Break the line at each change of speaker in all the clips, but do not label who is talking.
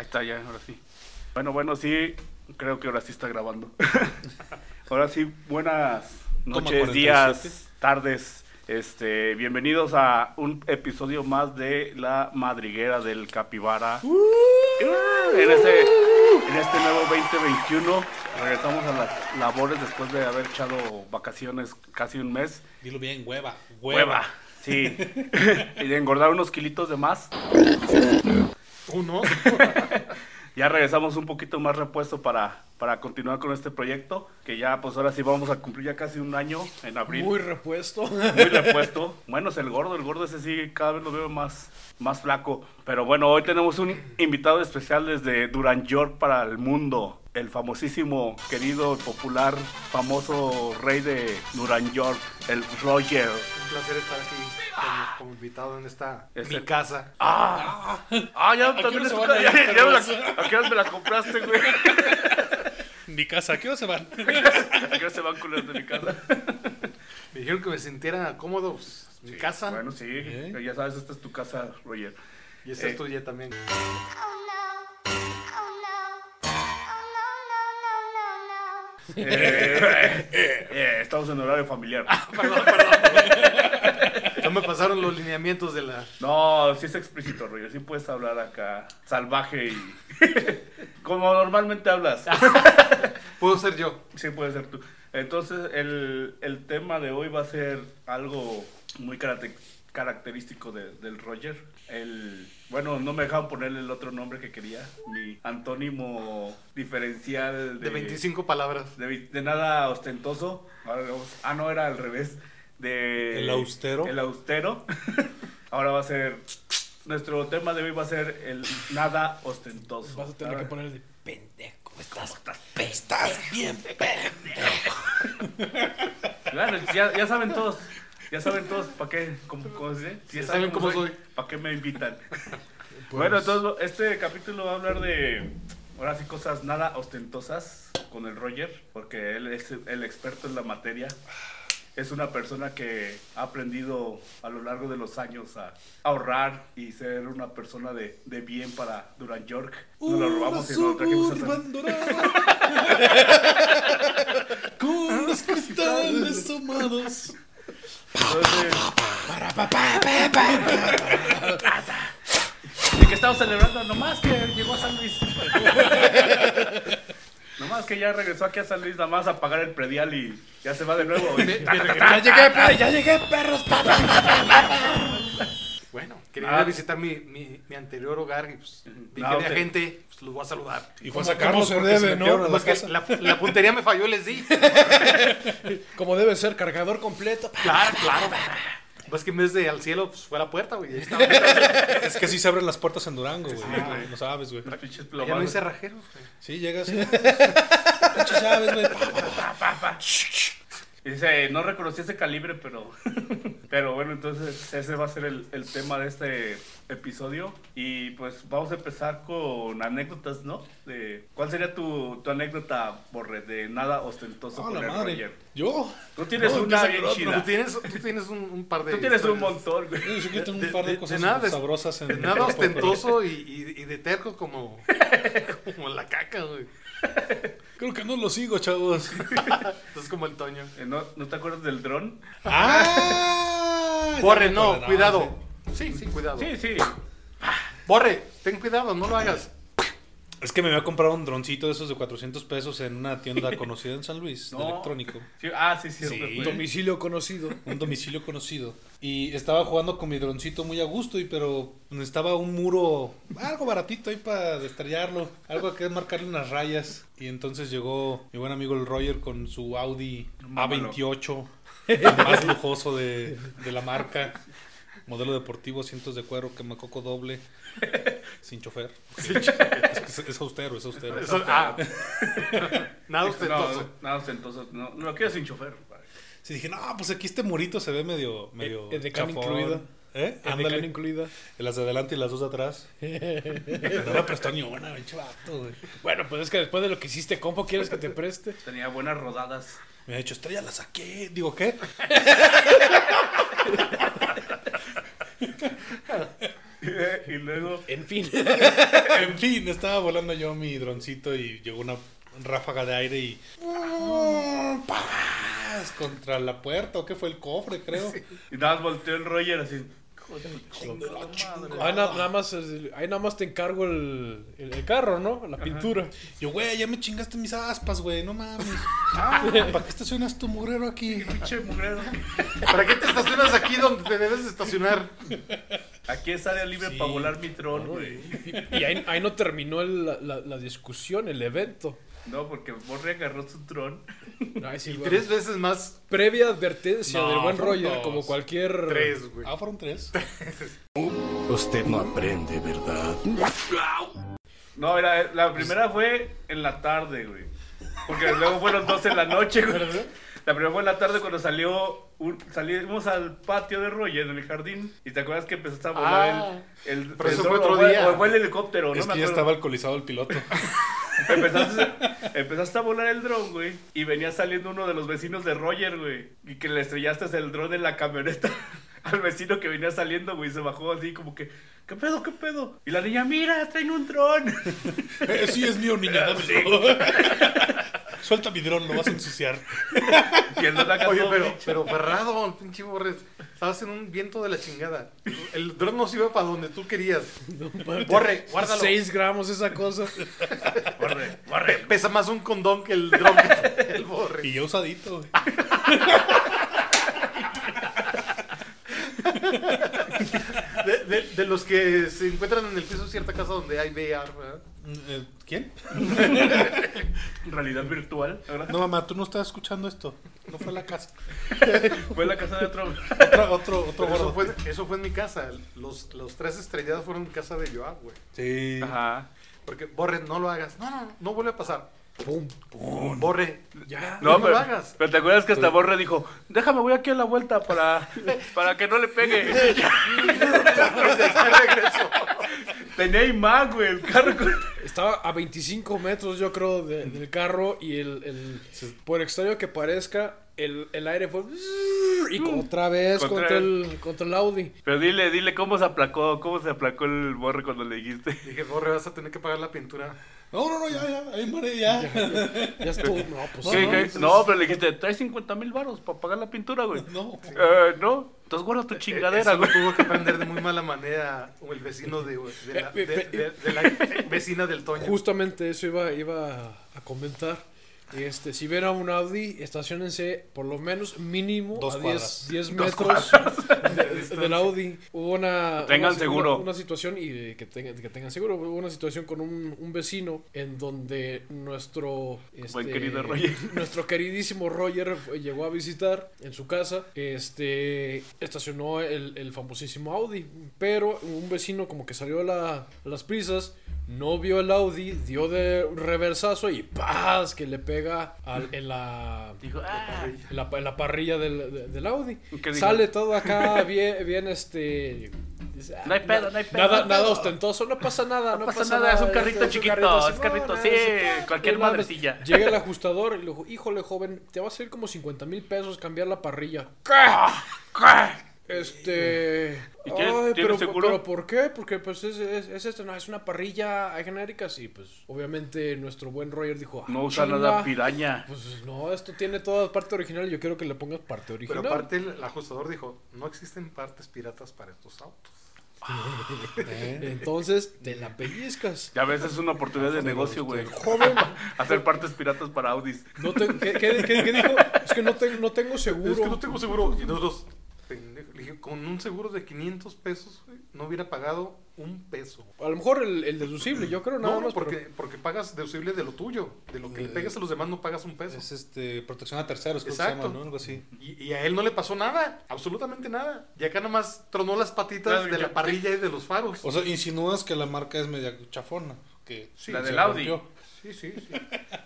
está, ya, ahora sí. Bueno, bueno, sí, creo que ahora sí está grabando. ahora sí, buenas
Toma
noches,
47.
días, tardes. Este, bienvenidos a un episodio más de La Madriguera del Capibara. Uh, en, este, en este nuevo 2021 regresamos a las labores después de haber echado vacaciones casi un mes.
Dilo bien, hueva.
¡Hueva! Sí. y de engordar unos kilitos de más.
Uno.
Ya regresamos un poquito más repuesto para, para continuar con este proyecto, que ya pues ahora sí vamos a cumplir ya casi un año en abril.
Muy
Muy,
repuesto.
repuesto. Bueno, es el gordo, el gordo ese sí, cada vez lo veo más, más flaco. Pero bueno, hoy tenemos un invitado especial desde Duran York para el mundo. El famosísimo, querido, popular, famoso rey de Duran York, el Roger.
Un placer estar aquí como, como invitado en esta
Es
mi
el-
casa.
¡Ah! ¡Ah, ya
¿A qué
también
hora
es
se
tu
van a
ca-
ir
ya-
a
ya me la-
casa?
¿A qué hora me la compraste, güey?
Mi casa, ¿a qué hora se van?
¿A qué hora se van culeros de mi casa?
Me dijeron que me sintiera cómodo. pues, es mi
Sí,
casa.
Bueno, sí,
¿Eh?
ya sabes, esta es tu casa, Roger.
y esta
eh.
es tuya también.
Oh no. Oh no. Oh no, no, no, no, no.
Eh, eh, eh, estamos en horario familiar.
Perdón, perdón. No me pasaron los lineamientos de la.
No, sí es explícito, Roger, sí puedes hablar acá salvaje y... Como normalmente hablas,
Puedo ser yo.
sí puede ser tú. Entonces, el, el tema de hoy va a ser algo muy caracte- característico de- del Roger. El, bueno, no me dejaban ponerle el otro nombre que quería, mi antónimo diferencial de...
De 25 palabras.
pues, de, de nada ostentoso. Ahora le vamos- ah, no, era al revés. De,
El austero.
El austero. Ahora va a ser. Nuestro tema de hoy va a ser el nada ostentoso.
Vas a tener
Ahora-
que poner el de pendejo. Estás, estás bien pendejo.
Claro, ya, ya saben todos. Ya saben todos para qué, cómo, cómo se dice? Si
Ya saben cómo soy. Pues-
¿Para qué me invitan? Bueno, entonces este capítulo va a hablar de, ahora sí, cosas nada ostentosas con el Roger, porque él es el experto en la materia. Es una persona que ha aprendido a lo largo de los años a ahorrar y ser una persona de, de bien para Duran York. No
Uh,
lo robamos y no lo trajimos a San-
Con los cristales tomados.
Entonces, Y que estamos celebrando nomás que llegó a San Luis. nomás que ya regresó aquí a San Luis, nomás a pagar el predial y ya se va de nuevo.
Ya llegué, pe- ya llegué, perros.
Bueno, quería
Ah.
ir a visitar mi, mi, mi anterior hogar y pues vi que
No,
había
te-
gente, pues los voy a saludar.
Y fue a sacarlos porque se debe, ¿no?
Pues que la, la puntería me falló, les di.
Como debe ser, cargador completo.
Claro, claro. Pues que en vez de al cielo, pues fue a la puerta, güey. y ahí estaba.
Es que sí se abren las puertas en Durango, güey. no sabes, güey.
Las pinches
Ya no hay
plomadas.
cerrajeros, güey.
Sí, llegas. Pinches llaves, güey.
Y Dice, no reconocí ese calibre, pero. pero bueno, entonces ese va a ser el, el tema de este episodio. Y pues vamos a empezar con anécdotas, ¿no? De, ¿Cuál sería tu, tu anécdota, Borre, de nada ostentoso
A
con
Ah, la
el
madre.
Roger?
Yo.
Tú tienes
No,
una
empieza
bien
con otro.
Tú
chida.
tienes, tú tienes un, un par de.
Tú tienes un
historias.
montón, güey.
Yo sí que tengo un par de, cosas
nada de-
sabrosas en
de nada
Este,
ostentoso y, y- y de terco como, como la caca, güey.
Creo que no lo sigo, chavos.
Entonces como el Toño.
Eh, ¿No, ¿No te acuerdas del dron?
¡Ah!
Borre,
Ya me
no,
acordé,
cuidado. Sí, sí, cuidado.
Sí, sí.
Borre, ten cuidado, no lo hagas.
sí. Es que me había comprado un droncito de esos de 400 pesos en una tienda conocida en San Luis, de
No.
electrónico.
Sí, Ah, sí, sí.
Sí.
güey.
Domicilio conocido.
Un domicilio conocido. Y estaba jugando con mi droncito muy a gusto, y pero necesitaba un muro, algo baratito ahí para destrellarlo. Algo que marcarle unas rayas. Y entonces llegó mi buen amigo el Roger con su Audi
Mámalo.
A28, el más lujoso de, de la marca. Modelo deportivo, cientos de cuero, quemacoco doble, sin chofer. Es, es austero, es austero.
Eso- ah. nada
No,
ostentoso.
nada ostentoso. No, no lo quiero sin chofer. güey.
Sí, dije, no, pues aquí este murito se ve medio, medio
Eh, eh, de cama
chafón".
incluida.
¿Eh?
Ándale.
Ándale.
incluida.
Las de adelante y las dos de atrás. No me prestó ni una, pinche vato, güey.
Bueno, pues es que después de lo que hiciste, ¿cómo quieres que te preste?
Tenía buenas rodadas.
Me ha dicho, estrella, la saqué. Digo, ¿qué?
y luego
En fin.
En fin, estaba volando yo mi droncito y llegó una ráfaga de aire y. "Mm, ¡Paz! Contra la puerta, o qué fue el cofre, creo.
y nada más volteó el Roger así.
Ahí na- nada más, eh, ahí nada más te encargo el, el- el carro, ¿no? La pintura.
Yo, güey, ya me chingaste mis aspas, güey, no mames.
Ah.
¿Para qué estacionas tu mugrero aquí?
Pinche mugrero.
¿Para qué te estacionas aquí donde te debes de estacionar?
Aquí es área libre para volar mi tron, güey.
Y, y ahí, ahí no terminó el- la, la- la discusión, el evento.
No, porque Borre agarró su tron.
Ay, sí, güey.
Tres veces más.
Previa advertencia
No,
del buen
fueron
Roger,
dos.
como cualquier.
Tres, güey.
Ah, fueron tres.
Usted no aprende, ¿verdad?
No, era, la primera fue en la tarde, güey. Porque luego fueron dos en la noche, güey. La primera fue en la tarde cuando salió un- salimos al patio de Roger en el jardín. ¿Y te acuerdas que empezaste a volar
Ah,
el, el,
pero
el
eso
dron?
fue otro
O fue-
día.
o fue el helicóptero,
es
no me
que ya
acuerdo.
estaba alcoholizado el piloto.
Empezaste, empezaste a volar el dron, güey. Y venía saliendo uno de los vecinos de Roger, güey. Y que le estrellaste el dron en la camioneta al vecino que venía saliendo, güey. y Se bajó así como que, ¿qué pedo, qué pedo? Y la niña, mira, traen un dron.
Eh, sí, es mío, niña, dámelo. Suelta mi dron, lo vas a ensuciar.
Y el dron acá
Ah, Oye,
todo
pero,
pinche.
pero ferrado, el pinche borres. Estabas en un viento de la chingada. El dron no se iba para donde tú querías. Borre, guárdalo.
Seis gramos esa cosa.
Barre, barre.
Pesa más un condón que el dron que el borre.
Y yo usadito, güey.
De, de- de los que se encuentran en el piso de cierta casa donde hay VR, ¿verdad?
Eh, ¿Quién?
Realidad virtual. ¿verdad?
No, mamá, tú no estás escuchando esto. No fue a la casa.
Fue la casa de otro.
Otro, otro, otro
Pero
gordo.
eso fue, eso fue en mi casa. Los, los tres estrellados fueron en casa de Joab, güey.
Sí.
Ajá.
Porque, Borre, no lo hagas. No, no, no, no vuelve a pasar.
Pum.
Borre,
Ya.
No,
Ah, No
pero,
lo hagas.
pero te acuerdas que hasta Borre dijo, déjame, voy aquí a la vuelta para, para que no le pegue.
ya regresó.
Tenía imán, güey, el carro.
Estaba a 25 metros, yo creo, de- del carro. Y el, el- por extraño que parezca, el, el aire fue. Y otra vez
Contra
contra, el, contra el Audi.
Pero dile, dile cómo se aplacó, cómo se aplacó el borre cuando le dijiste.
Dije, Borre, vas a tener que pagar la pintura.
No, no, no, ya, ya. Ahí muere, ya.
Ya estuvo. No, pues.
¿Qué,
no,
qué?
pues,
No, pero le dijiste, traes 50 mil baros para pagar la pintura, güey.
No.
Eh, no, entonces guarda tu
Eso
chingadera,
lo
güey.
tuvo que aprender de muy mala manera o el vecino de, de la, de- de- de la vecina del Toño.
Justamente eso iba, iba a comentar. Este, si ven a un Audi, estacionense por lo menos mínimo
Dos
a
cuadras.
10, 10 metros de- del Audi. Hubo una,
Este, Tengan
una-
seguro.
una, una situación y de que, tengan, que tengan seguro. Hubo una situación con un, un vecino en donde nuestro este,
Buen querido Roger.
nuestro queridísimo Roger fue- llegó a visitar en su casa. Este estacionó el, el famosísimo Audi. Pero un vecino como que salió a, la- a las prisas. No vio el Audi, dio de reversazo y ¡paz! que le pega al- en la
Dijo, ah.
en la, en la parrilla del, de- del Audi.
¿Qué dijo?
Sale todo acá bien, bien este... dice, ah,
No hay pedo, no hay pedo,
Nada,
no hay
nada
pedo.
ostentoso, no pasa nada, no,
pasa nada, es un carrito chiquito, es
un
carrito,
Simón,
sí,
así,
cualquier
y nada,
madrecilla.
Llega el ajustador y le dijo, híjole joven, te va a salir como 50 mil pesos cambiar la parrilla. Este.
¿Y qué? ¿Tiene
pero,
seguro?
pero ¿por qué? Porque pues es, es, es esto, no, es una parrilla, hay genéricas y pues obviamente nuestro buen Roger dijo, ah,
No usa
chinga,
nada piraña.
Pues no, esto tiene toda parte original y yo quiero que le pongas parte
Pero
original.
aparte el, el ajustador dijo, no existen partes piratas para estos autos.
Eh, Entonces te la pellizcas. este
Ya ves, es una oportunidad de negocio, güey.
Joven,
Hacer partes piratas para Audis.
no te- ¿qué, qué- qué- qué dijo? Es que no, te- no tengo seguro.
Es que no tengo seguro. Y nosotros, pendejo, le dije, con un seguro de 500 pesos güey, no hubiera pagado un peso.
A lo mejor el, el deducible, yo creo nada
No, no,
más.
porque,
pero-
porque pagas deducible de lo tuyo. De lo que le pegas a los demás no pagas un peso.
Es este, protección a terceros, creo que se
Exacto.
llama, ¿no? Algo así.
Y, y a él no le pasó nada, absolutamente nada. Y acá nomás tronó las patitas
Claro, ya.
de la parrilla y de los faros.
O sea, insinúas que la marca es media chafona. Que
Sí,
la
se
del Audi.
rompió.
Sí, sí, sí.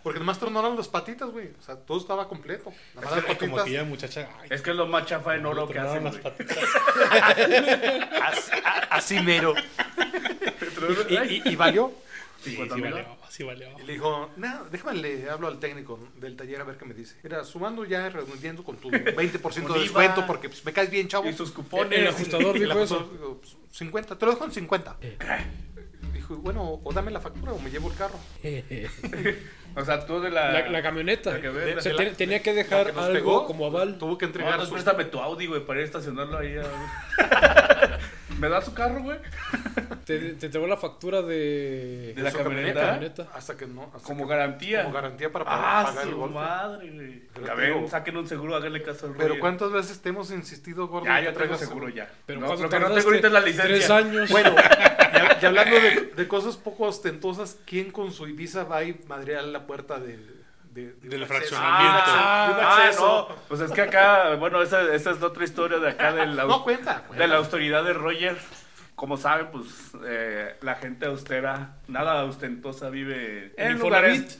Porque nomás tronaron las patitas, güey. O sea, todo estaba completo. Nada más las
Ay, como
patitas.
aquella muchacha. ay,
Es que es lo más chafa en oro
le
que
tronaron
hacen,
las
güey.
patitas. Pues
Así mero.
Pero-
¿Y, y- y valió?
Sí,
50
sí
mil.
valió, sí valió.
Y le dijo, no, déjame, le hablo al técnico del taller a ver qué me dice. Mira, sumando ya, redondeando con tu 20% de
Con IVA.
descuento porque pues, me caes bien, chavo.
Y sus cupones.
El ajustador
Y la
dijo eso.
persona dijo, pues, 50, te lo dejo en 50.
Eh.
Dijo, bueno, o dame la factura o me llevo el carro.
O sea, tú de la.
La, la camioneta.
La que ves,
O sea,
la-
te-
la-
tenía que
La
dejar
que nos
algo
pegó,
como aval. Ah,
Tuvo que
No,
entregar
pues
su-
préstame tu Audi, güey, para ir a estacionarlo ahí. A... ¿Me da su carro, güey?
Te, te entregó la factura de.
De la
su
camioneta.
Hasta que no. hasta
Como
que-
garantía.
Como garantía para poder
Ah,
pagar el
su
golpe.
madre, güey.
Pero
Ya
te
ven,
digo-
saquen un seguro, háganle caso al
Pero
Roger.
¿cuántas veces te hemos insistido, gordo?
Ya,
que
yo traigo
traigas
seguro ya.
Pero
No,
¿cuánto
lo que no tengo
tardaste?
ahorita es la licencia.
Tres años.
Bueno, y, y hablando de, de cosas poco ostentosas, ¿quién con su Ibiza va y madrea la puerta de, de- de
Del
un acceso?
fraccionamiento.
Ah, de un
Ah,
acceso.
no. Pues es que acá, bueno, esa, esa es otra historia de acá del
No, cuenta, cuenta.
de la autoridad de Roger. Como saben, pues eh, la gente austera, nada ostentosa, vive
En
en lugares.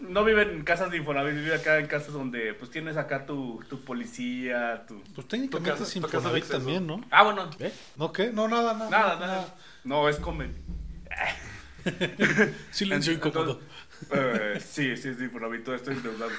No vive en casas de Infonavit, vive acá en casas donde pues tienes acá tu, tu policía, tu.
Pues técnicamente
Tocas-
es
tocas al
Infonavit
exceso.
también, ¿no?
Ah, bueno.
¿No qué? No, nada, nada.
Nada, nada. No, es come.
Silencio incómodo.
Entonces, eh, sí, sí, es de Infonavit, todo esto es endeudado.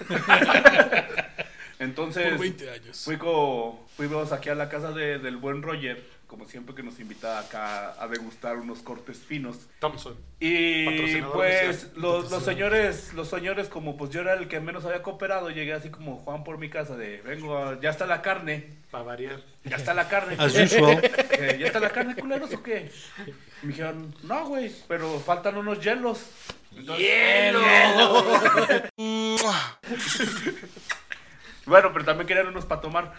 Entonces.
Por 20 años.
Fui co- fuimos aquí a la casa de- del buen Roger, como siempre que nos invita acá a degustar unos cortes finos.
Thompson.
Y
Patrocinador
pues
oficial.
los, los señores, los señores como pues yo era el que menos había cooperado, llegué así como Juan por mi casa de, vengo, a- ya está la carne,
Para variar.
ya está la carne.
As usual.
Eh, ¿Ya está la carne, culeros o qué? Me dijeron, no, güey, pero faltan unos hielos. ¡Hielo! bueno, pero también querían unos para tomar.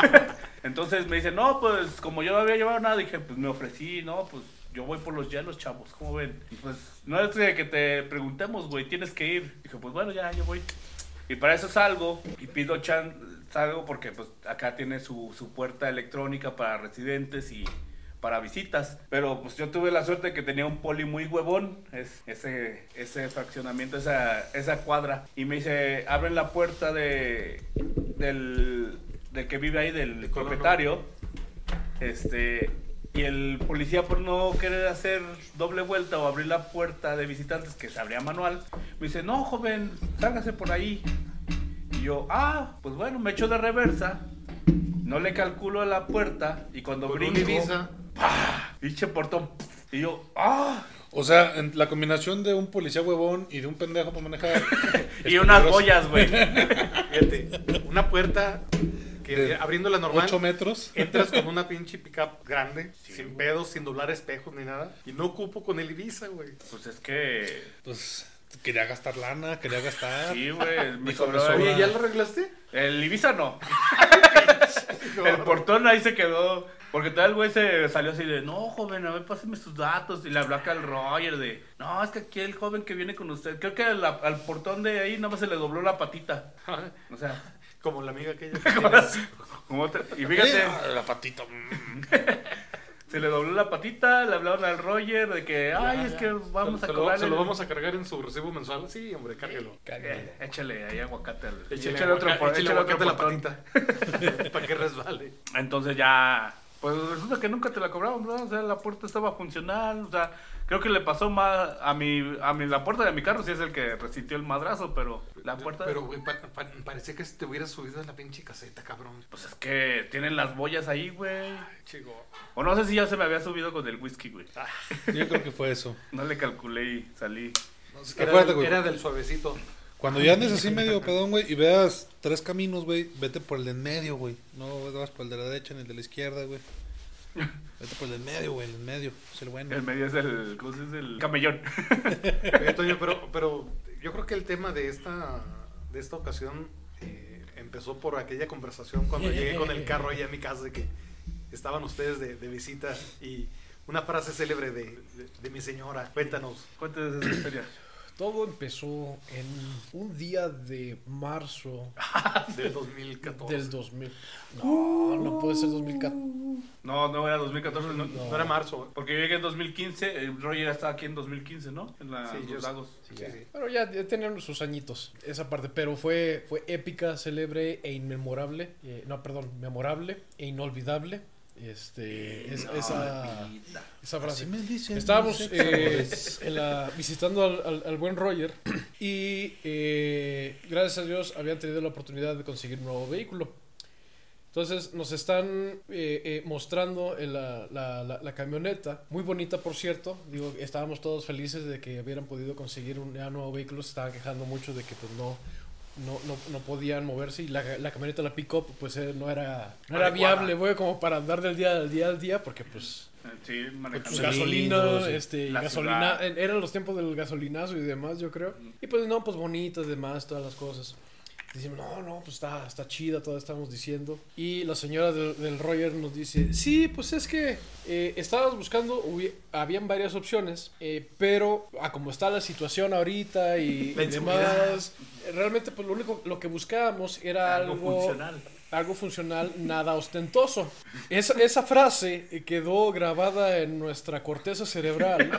Entonces me dicen, no, pues como yo no había llevado nada, dije, pues me ofrecí, no, pues yo voy por los hielos, chavos, ¿cómo ven? Y pues no es de que te preguntemos, güey, tienes que ir. Dije, pues bueno, ya, yo voy. Y para eso salgo y pido chan, salgo porque pues acá tiene su, su puerta electrónica para residentes y para visitas. Pero pues yo tuve la suerte que tenía un poli muy huevón, es, ese, ese fraccionamiento, esa, esa cuadra. Y me dice, abren la puerta de, del, del que vive ahí, del
De colono.
propietario. Este, y el policía por no querer hacer doble vuelta o abrir la puerta de visitantes que se abría manual, me dice, no, joven, sálgase por ahí. Y yo, ah, pues bueno, me echo de reversa, no le calculo a la puerta y cuando
Con un
brinco,
Ibiza.
pinche portón. Y yo, ah,
O sea, en- la combinación de un policía huevón y de un pendejo para manejar.
y unas
peligroso.
joyas, güey.
Fíjate, una puerta que
De
abriendo la normal.
8 metros.
Entras con una pinche pickup grande, sin pedos, sin doblar espejos ni nada. Y no ocupo con el Ibiza, güey.
Pues es que,
Pues quería gastar lana, quería gastar.
sí, güey, mi
Sobre
sobrado-
sobra.
Oye, ¿ya lo arreglaste?
El Ibiza no. el portón ahí se quedó. Porque todo el güey se salió así de, no, joven, a ver, pásenme sus datos. Y le habló acá al Roger de, no, es que aquí el joven que viene con usted, creo que al, al portón de ahí nada más se le dobló la patita. O sea,
Como la amiga aquella.
como te- y fíjate,
Eh, la patita. mm.
se le dobló la patita, le hablaron al Roger de que, ay, es que vamos
se,
a
lo-
cobrar.
se
el-
lo vamos a cargar en su recibo mensual. Sí, hombre, cárguelo.
Eh, échale ahí aguacate al...
Échale,
échale otro,
aguacate-
por-
échale
échale otro
aguacate a la
portón.
patita. Para que resbale.
Entonces ya, pues resulta que nunca te la cobraron, ¿verdad? O sea, la puerta estaba funcional, o sea, creo que le pasó más a mi, a mi, la puerta de mi carro sí es el que resistió el madrazo, pero la puerta...
Pero, güey, pa- pa- parecía que te hubieras subido en la pinche caseta, cabrón.
Pues es que tienen las boyas ahí, güey.
Chico.
O no sé si ya se me había subido con el whisky, güey.
Yo creo que fue eso.
No le calculé y salí.
Era,
Acuérdate,
del-
güey.
era del suavecito.
Cuando ya andes así medio pedón, güey, y veas tres caminos, güey, vete por el de en medio, güey. No vas por el de la derecha ni el de la izquierda, güey. Vete por el de en medio, güey, el de en medio. Es el bueno.
El medio es el, ¿cómo se dice? El camellón.
Oye, Toño, pero, pero yo creo que el tema de esta, de esta ocasión eh, empezó por aquella conversación cuando llegué con el carro ahí a mi casa de que estaban ustedes de, de visita y una frase célebre de, de- de mi señora. Cuéntanos.
Cuéntales esa historia.
Todo empezó en un día de marzo
Del 2014.
del 2000. No, no puede ser 2014.
No, no, era 2014, no.
No era marzo.
Porque yo llegué en 2015, el eh, Roger estaba aquí en 2015, ¿no? En la,
Sí,
los
yo-
lagos.
Sí, sí.
Pero ya, ya tenían sus añitos, esa parte. Pero fue, fue épica, célebre e inmemorable. Eh, no, perdón, memorable e inolvidable. Este, es- esa, Esa frase.
me dicen
Estábamos
mis
eh,
exes.
en la- visitando al, al- al buen Roger y eh, gracias a Dios habían tenido la oportunidad de conseguir un nuevo vehículo. Entonces nos están eh, eh, mostrando en la, la- la- la camioneta, muy bonita por cierto, digo, estábamos todos felices de que hubieran podido conseguir un ya nuevo vehículo, se estaban quejando mucho de que pues no, no, no, no podían moverse y la, la camioneta, la pick-up, pues eh, no era, no era
Adecuada.
viable, güey, como para andar del día al día al día, porque pues
Eh, Sí,
con
manejando.
su
Gasolina,
Pues, gasolina,
sí.
este,
La
gasolina,
ciudad.
en- eran los tiempos del gasolinazo y demás, yo creo. Y pues no, pues bonitas, demás, todas las cosas. Dicen, no, no, pues está, está chida, todo estamos diciendo. Y la señora del, del Roger nos dice, sí, pues es que eh, estabas buscando, hubi- habían varias opciones, eh, pero a como está la situación ahorita y,
La
y demás, realmente pues lo único, lo que buscábamos era
Algo funcional.
algo funcional, nada ostentoso. Esa, esa frase quedó grabada en nuestra corteza cerebral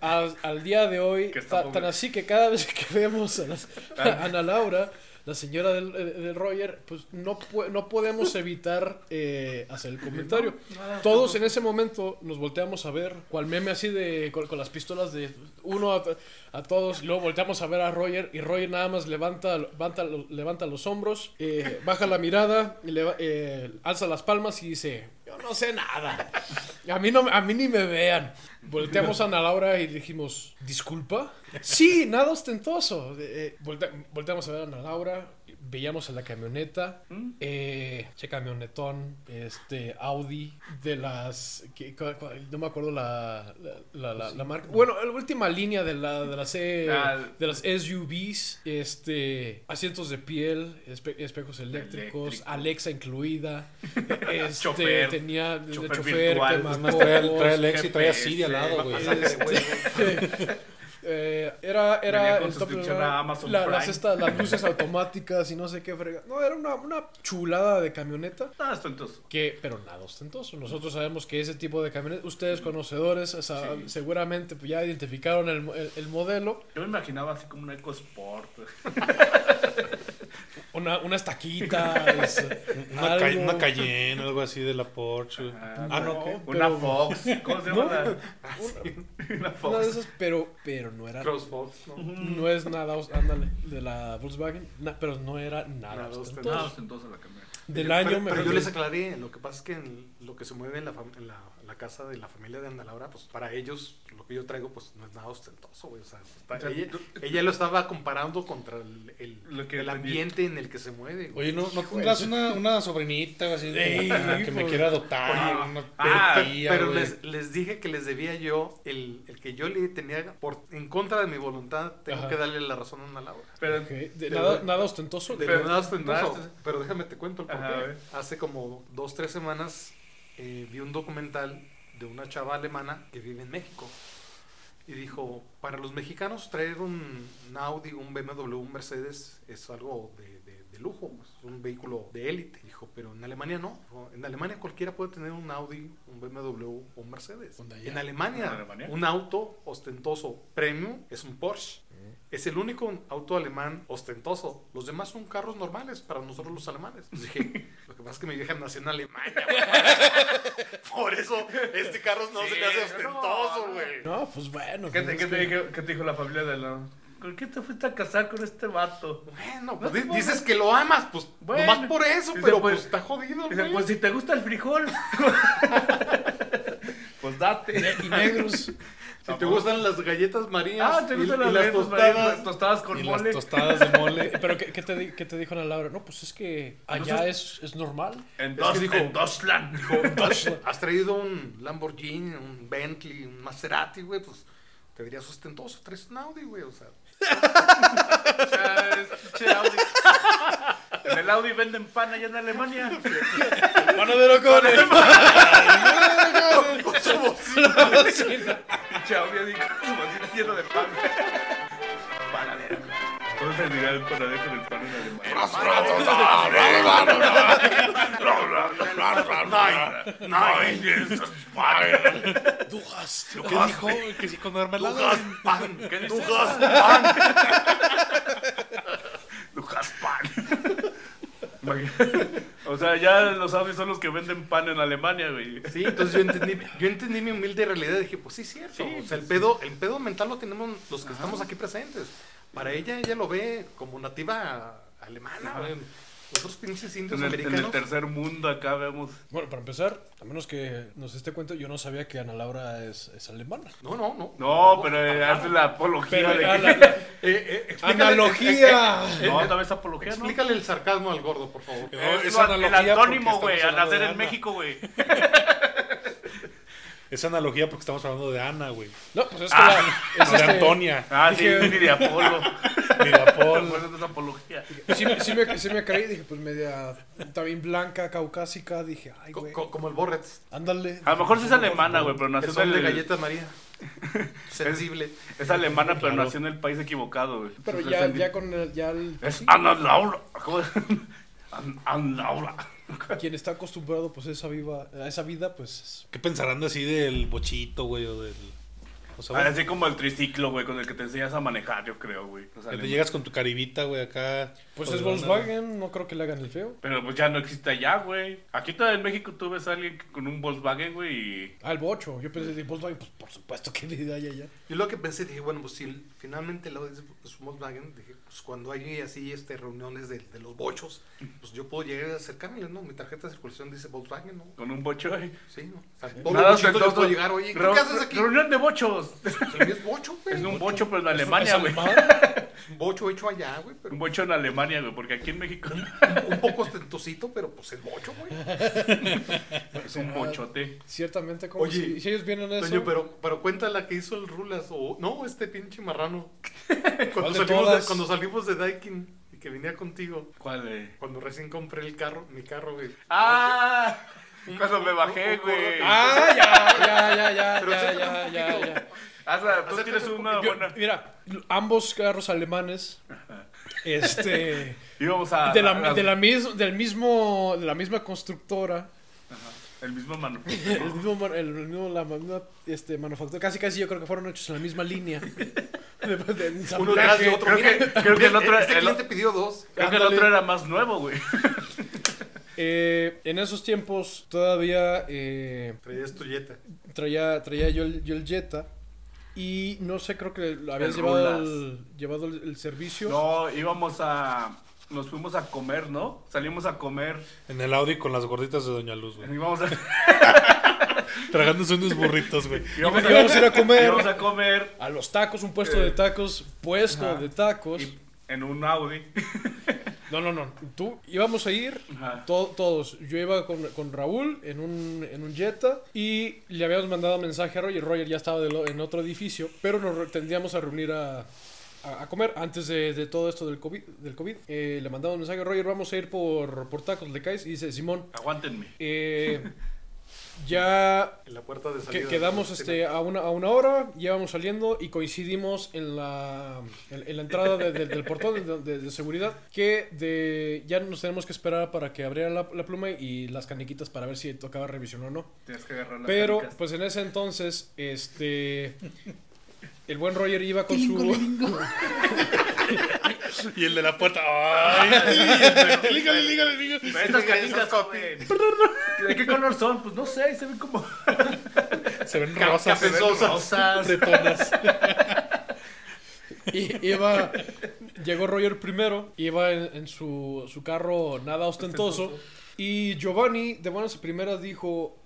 al, al día de hoy.
Que está
ta-
pobre.
tan así que cada vez que vemos a, las- a Ana Laura, la señora del, eh, del Roger, pues no, pu- no podemos evitar eh, hacer el comentario. Todos en ese momento nos volteamos a ver, cual meme así de con, con las pistolas de uno a, a todos, y luego volteamos a ver a Roger y Roger nada más levanta, levanta, levanta los hombros, eh, baja la mirada, y leva- eh, alza las palmas y dice, yo no sé nada. A mí, no, a mí ni me vean. Volteamos a Ana Laura y dijimos, ¿disculpa? Sí, nada ostentoso. Eh, eh, voltea- volteamos a ver a Ana Laura, veíamos a la camioneta,
Mm,
eh, che camionetón, este, Audi, de las, que- cua- cua- no me acuerdo la, la, la- la- la marca. Bueno, la última línea de, la, de las, eh,
Ah,
de las SUVs, este, asientos de piel, espe- espejos eléctricos,
Eléctrico.
Alexa incluida. Este,
Chofer.
tenía de- de
Chofer
chofer,
virtual.
quemacocos,
Es
Más trae el, trae el éxito, trae a
GPS,
Siri al lado, güey.
eh, eh, era era
Venía con suscripción
lugar.
a Amazon
La-
Prime.
las, estas- las luces automáticas y no sé qué frega. No, era una, una chulada de camioneta.
Nada ostentoso.
Que, pero nada ostentoso. Nosotros sabemos que ese tipo de camioneta, ustedes conocedores, o sea,
Sí.
seguramente pues, ya identificaron el, el- el modelo.
Yo me imaginaba así como un EcoSport.
Una, una estaquita. es,
Una, ca-
algo.
una Cayenne, algo así de la Porsche. güey.
Ah,
Ah, no,
no.
¿qué?
Una
pero-
Fox. ¿Cómo se llama?
Ah,
la- Una
Una de
Fox.
esas, pero, pero no era
Crossbox, ¿no?
No es nada, os- ándale, de la Volkswagen, na- pero no era nada.
Nada
ostentoso.
Nada ostentoso la camioneta.
Del
Pero-
año
pero,
me
yo
refiero.
les aclaré, lo que pasa es que en lo que se mueve en la, fam- en la, la casa de la familia de Ana Laura, pues para ellos lo que yo traigo pues no es nada ostentoso, güey. O sea, está-
O sea,
ella,
tú-
ella lo estaba comparando contra el, el-
Lo que
el
tenía.
ambiente en el que se mueve. güey.
Oye, ¿no, no tendrás una, una sobrinita así de-
Ey,
que me
pues.
quiera adoptar?
Oye,
una
ah,
Pe-
tía,
pero
güey?
les, les dije que les debía yo el, el que yo le tenía por en contra de mi voluntad, tengo
Ajá.
que darle la razón a Ana Laura.
Pero
Ok, de
Pero-
nada, nada ostentoso.
De
Pero-
verdad ostentoso.
nada osten-
Pero déjame te cuento el
Ajá, a
porqué.
ver.
Hace como dos, tres semanas eh, vi un documental de una chava alemana que vive en México. Y dijo, para los mexicanos traer un, un Audi, un BMW, un Mercedes es algo de, de- de lujo, es un vehículo de élite. Dijo, pero en Alemania no. Dijo, En Alemania cualquiera puede tener un Audi, un BMW o un Mercedes.
¿Dónde allá?
En Alemania,
¿En Alemania?
un auto ostentoso premium es un Porsche. Es el único auto alemán ostentoso. Los demás son carros normales para nosotros los alemanes. Pues dije, lo que pasa es que mi vieja nació en Alemania. güey. Por eso este carro no se le hace
Sí,
ostentoso,
no,
güey.
No, pues bueno.
¿Qué
pues
te,
es
qué te
que-
dijo, qué te dijo la familia de la.? ¿Con qué te fuiste a casar con este vato?
Bueno,
No
pues
te
di-
pongas-
dices que lo amas, pues
Bueno.
nomás por eso,
Dice,
pero
pues,
pues, está jodido,
Dice,
güey.
pues si te gusta el frijol. pues date.
Y negros.
si te gustan las galletas marías
Ah, te
y-
gustan
y
las,
las
galletas Pues, tostadas, tostadas
tostadas,
con
Y las
mole.
tostadas de mole.
Pero ¿qué, qué te, di- qué te dijo Ana Laura? No, pues es que
Ah,
allá es, es normal.
en,
Es
dos,
que dijo-
en Deutschland.
Has traído un Lamborghini, un Bentley, un Maserati, güey, pues te verías ostentoso. Traes un Audi, güey, o sea.
O sea, es pinche Audi. En el Audi venden pan allá en Alemania.
Panadero con el
Con su bocina.
Pinche Audi así como así lleno de pan. Panadero. ¿Cómo se dirá el panadero con el pan en Alemania?
Nein,
¿Tú has? ¿Qué dijo? Que si con mermelada.
Pan. Du hast
Lucas Pan. Imagina- o sea, ya los Audis son los que venden pan en Alemania, güey.
Sí, entonces yo entendí, yo entendí mi humilde realidad y dije, pues sí, es cierto.
Sí,
o sea, el pedo, el pedo mental lo tenemos los que estamos aquí presentes. Para ella, ella lo ve como nativa alemana, güey. Nosotros pinches indios
En el, en el
americanos.
tercer mundo acá vemos.
Bueno, para empezar, a menos que nos esté cuenta, yo no sabía que Ana Laura es, es alemana.
No, no, no.
No, pero eh, hace la apología
Pero
de
era
que...
la-
Eh, eh, explícale- eh,
¡Analogía!
No, tal vez apología, ¿no?
Explícale el sarcasmo al gordo, por favor.
Eh,
No, es
no, el
analogía
antónimo,
porque
güey,
estamos
a
hablando
nacer
de
en
Ana.
México, güey.
Es analogía porque estamos hablando de Ana, güey.
No, pues es que la, es
No de
este-
Antonia.
Ah, sí,
Dije-
ni de Apolo.
Ni de Apolo.
Por eso es apología.
pues Sí, me- sí me, sí me caí, dije, pues media, también blanca, caucásica, dije, ay,
Co-
güey,
co- como el Borret.
ándale.
A lo mejor sí es alemana, güey, pero
El
nació
son
en
de
el...
galletas María. Sensible.
Es alemana, pero nació en el país equivocado, güey.
Pero
Entonces,
ya,
es-
ya con el, ya el-
Es
sí,
Ana Laura. ¿Cómo es? An- Ana Laura.
quien está acostumbrado pues a esa, viva, a esa vida, pues
¿Qué pensarán de así del bochito, güey? O del. O sea, bueno,
Así como el triciclo, güey, con el que te enseñas a manejar, yo creo, güey. Los
que te
alemanes.
llegas con tu caribita, güey, acá.
pues
con
es
una-
Volkswagen, no creo que le hagan el feo.
Pero pues ya no existe allá, güey. Aquí todavía en México tú ves a alguien con un Volkswagen, güey, y...
Ah, el bocho, yo pensé de Volkswagen, pues por supuesto que vida hay allá.
Yo lo que pensé, dije, bueno, pues si finalmente el Audi es es un Volkswagen, dije, pues cuando hay así este, reuniones de, de los bochos, pues yo puedo llegar a acercarme, ¿no? Mi tarjeta de circulación dice Volkswagen, ¿no?
Con un bocho, güey.
Sí, ¿no? O sea, todo
Nada
bochito yo
ostentoso.
puedo llegar, oye, ¿qué,
Reu-
haces aquí?
Reunión de bochos.
Pues el mío es bocho, güey.
Es un
Bocho.
bocho, pero en
¿Es-
Alemania,
es
güey.
alemán?
Es un bocho hecho allá, güey, pero
Un bocho en Alemania, güey, porque aquí en México
un poco ostentosito, pero pues es bocho, güey.
es un bochote.
Ciertamente, como
Oye,
si, si ellos vienen eso.
Toño, pero, pero cuenta la que hizo el Rulas, o no, este pinche marrano.
¿Cuál
Cuando
de
salimos de,
todas?
cuando salimos de Daikin y que venía contigo.
¿Cuál, eh?
Cuando recién compré el carro, mi carro, güey.
¡Ah! Cuando me bajé, güey.
Ah, ya, ya, ya, ya,
Pero
ya,
acércate
ya,
un
ya,
poquito.
ya.
Ah, O sea, tú
Acércate
tienes
un
una
Yo-
buena.
mira, ambos carros alemanes, este...
Íbamos a.
de
a-
la, de la mis- del mismo de la misma constructora
El mismo mano.
el mismo, man- el mismo- la misma este manufactura casi casi yo creo que fueron hechos en la misma línea De- de- de
Uno
ensamblaje.
detrás de otro.
creo
Mira,
que- creo que el otro-
Este
el o-
cliente pidió dos.
Creo que el
Ándale.
otro era más nuevo, güey.
Eh, en esos tiempos todavía eh,
Traías tu Jetta.
traía traía yo el, yo el Jetta y no sé creo que lo habías
El
llevado
Rulas.
el, llevado el, el servicio
No, íbamos a. Nos fuimos a comer, ¿no? Salimos a comer.
En el Audi con las gorditas de Doña Luz, güey.
Íbamos a,
Tragándose unos burritos, güey.
íbamos
Y vamos a ir a comer.
Íbamos a comer
a los tacos un puesto de tacos puesto
ajá.
de tacos
y- en un Audi.
No, no, no. Tú íbamos a ir,
Ajá.
to- todos. Yo iba con, con Raúl en un, en un Jetta y le habíamos mandado mensaje a Roger. Roger ya estaba del o- en otro edificio, pero nos re- tendríamos a reunir a, a- a comer antes de, de todo esto del COVID. Del COVID. Eh, le mandamos mensaje a Roger, vamos a ir por, por tacos, le caes y dice, Simón,
Aguántenme.
eh, ya
En la puerta de
que-
salida.
quedamos este, a, una, a una hora, ya vamos saliendo y coincidimos en la, en, en la entrada de- de- del portón de, de- de seguridad que de, ya nos tenemos que esperar para que abriera la, la pluma y las caniquitas para ver si tocaba revisión o no.
Tienes que agarrar las
Pero,
canicas.
pues en ese entonces, este... El buen Roger iba con su...
Y el de la puerta. ¡Ay! lígale, lígale, lígale.
Pero estas canicas, güey. ¿De qué color son? Pues no sé, se ven como.
Se ven
Ca-
rosas. se ven
cafezosas.
Rosas.
Retonas.
i- Iba... Llegó Roger primero, iba en, en su, su carro nada ostentoso. Y Giovanni, de buenas a primeras, dijo...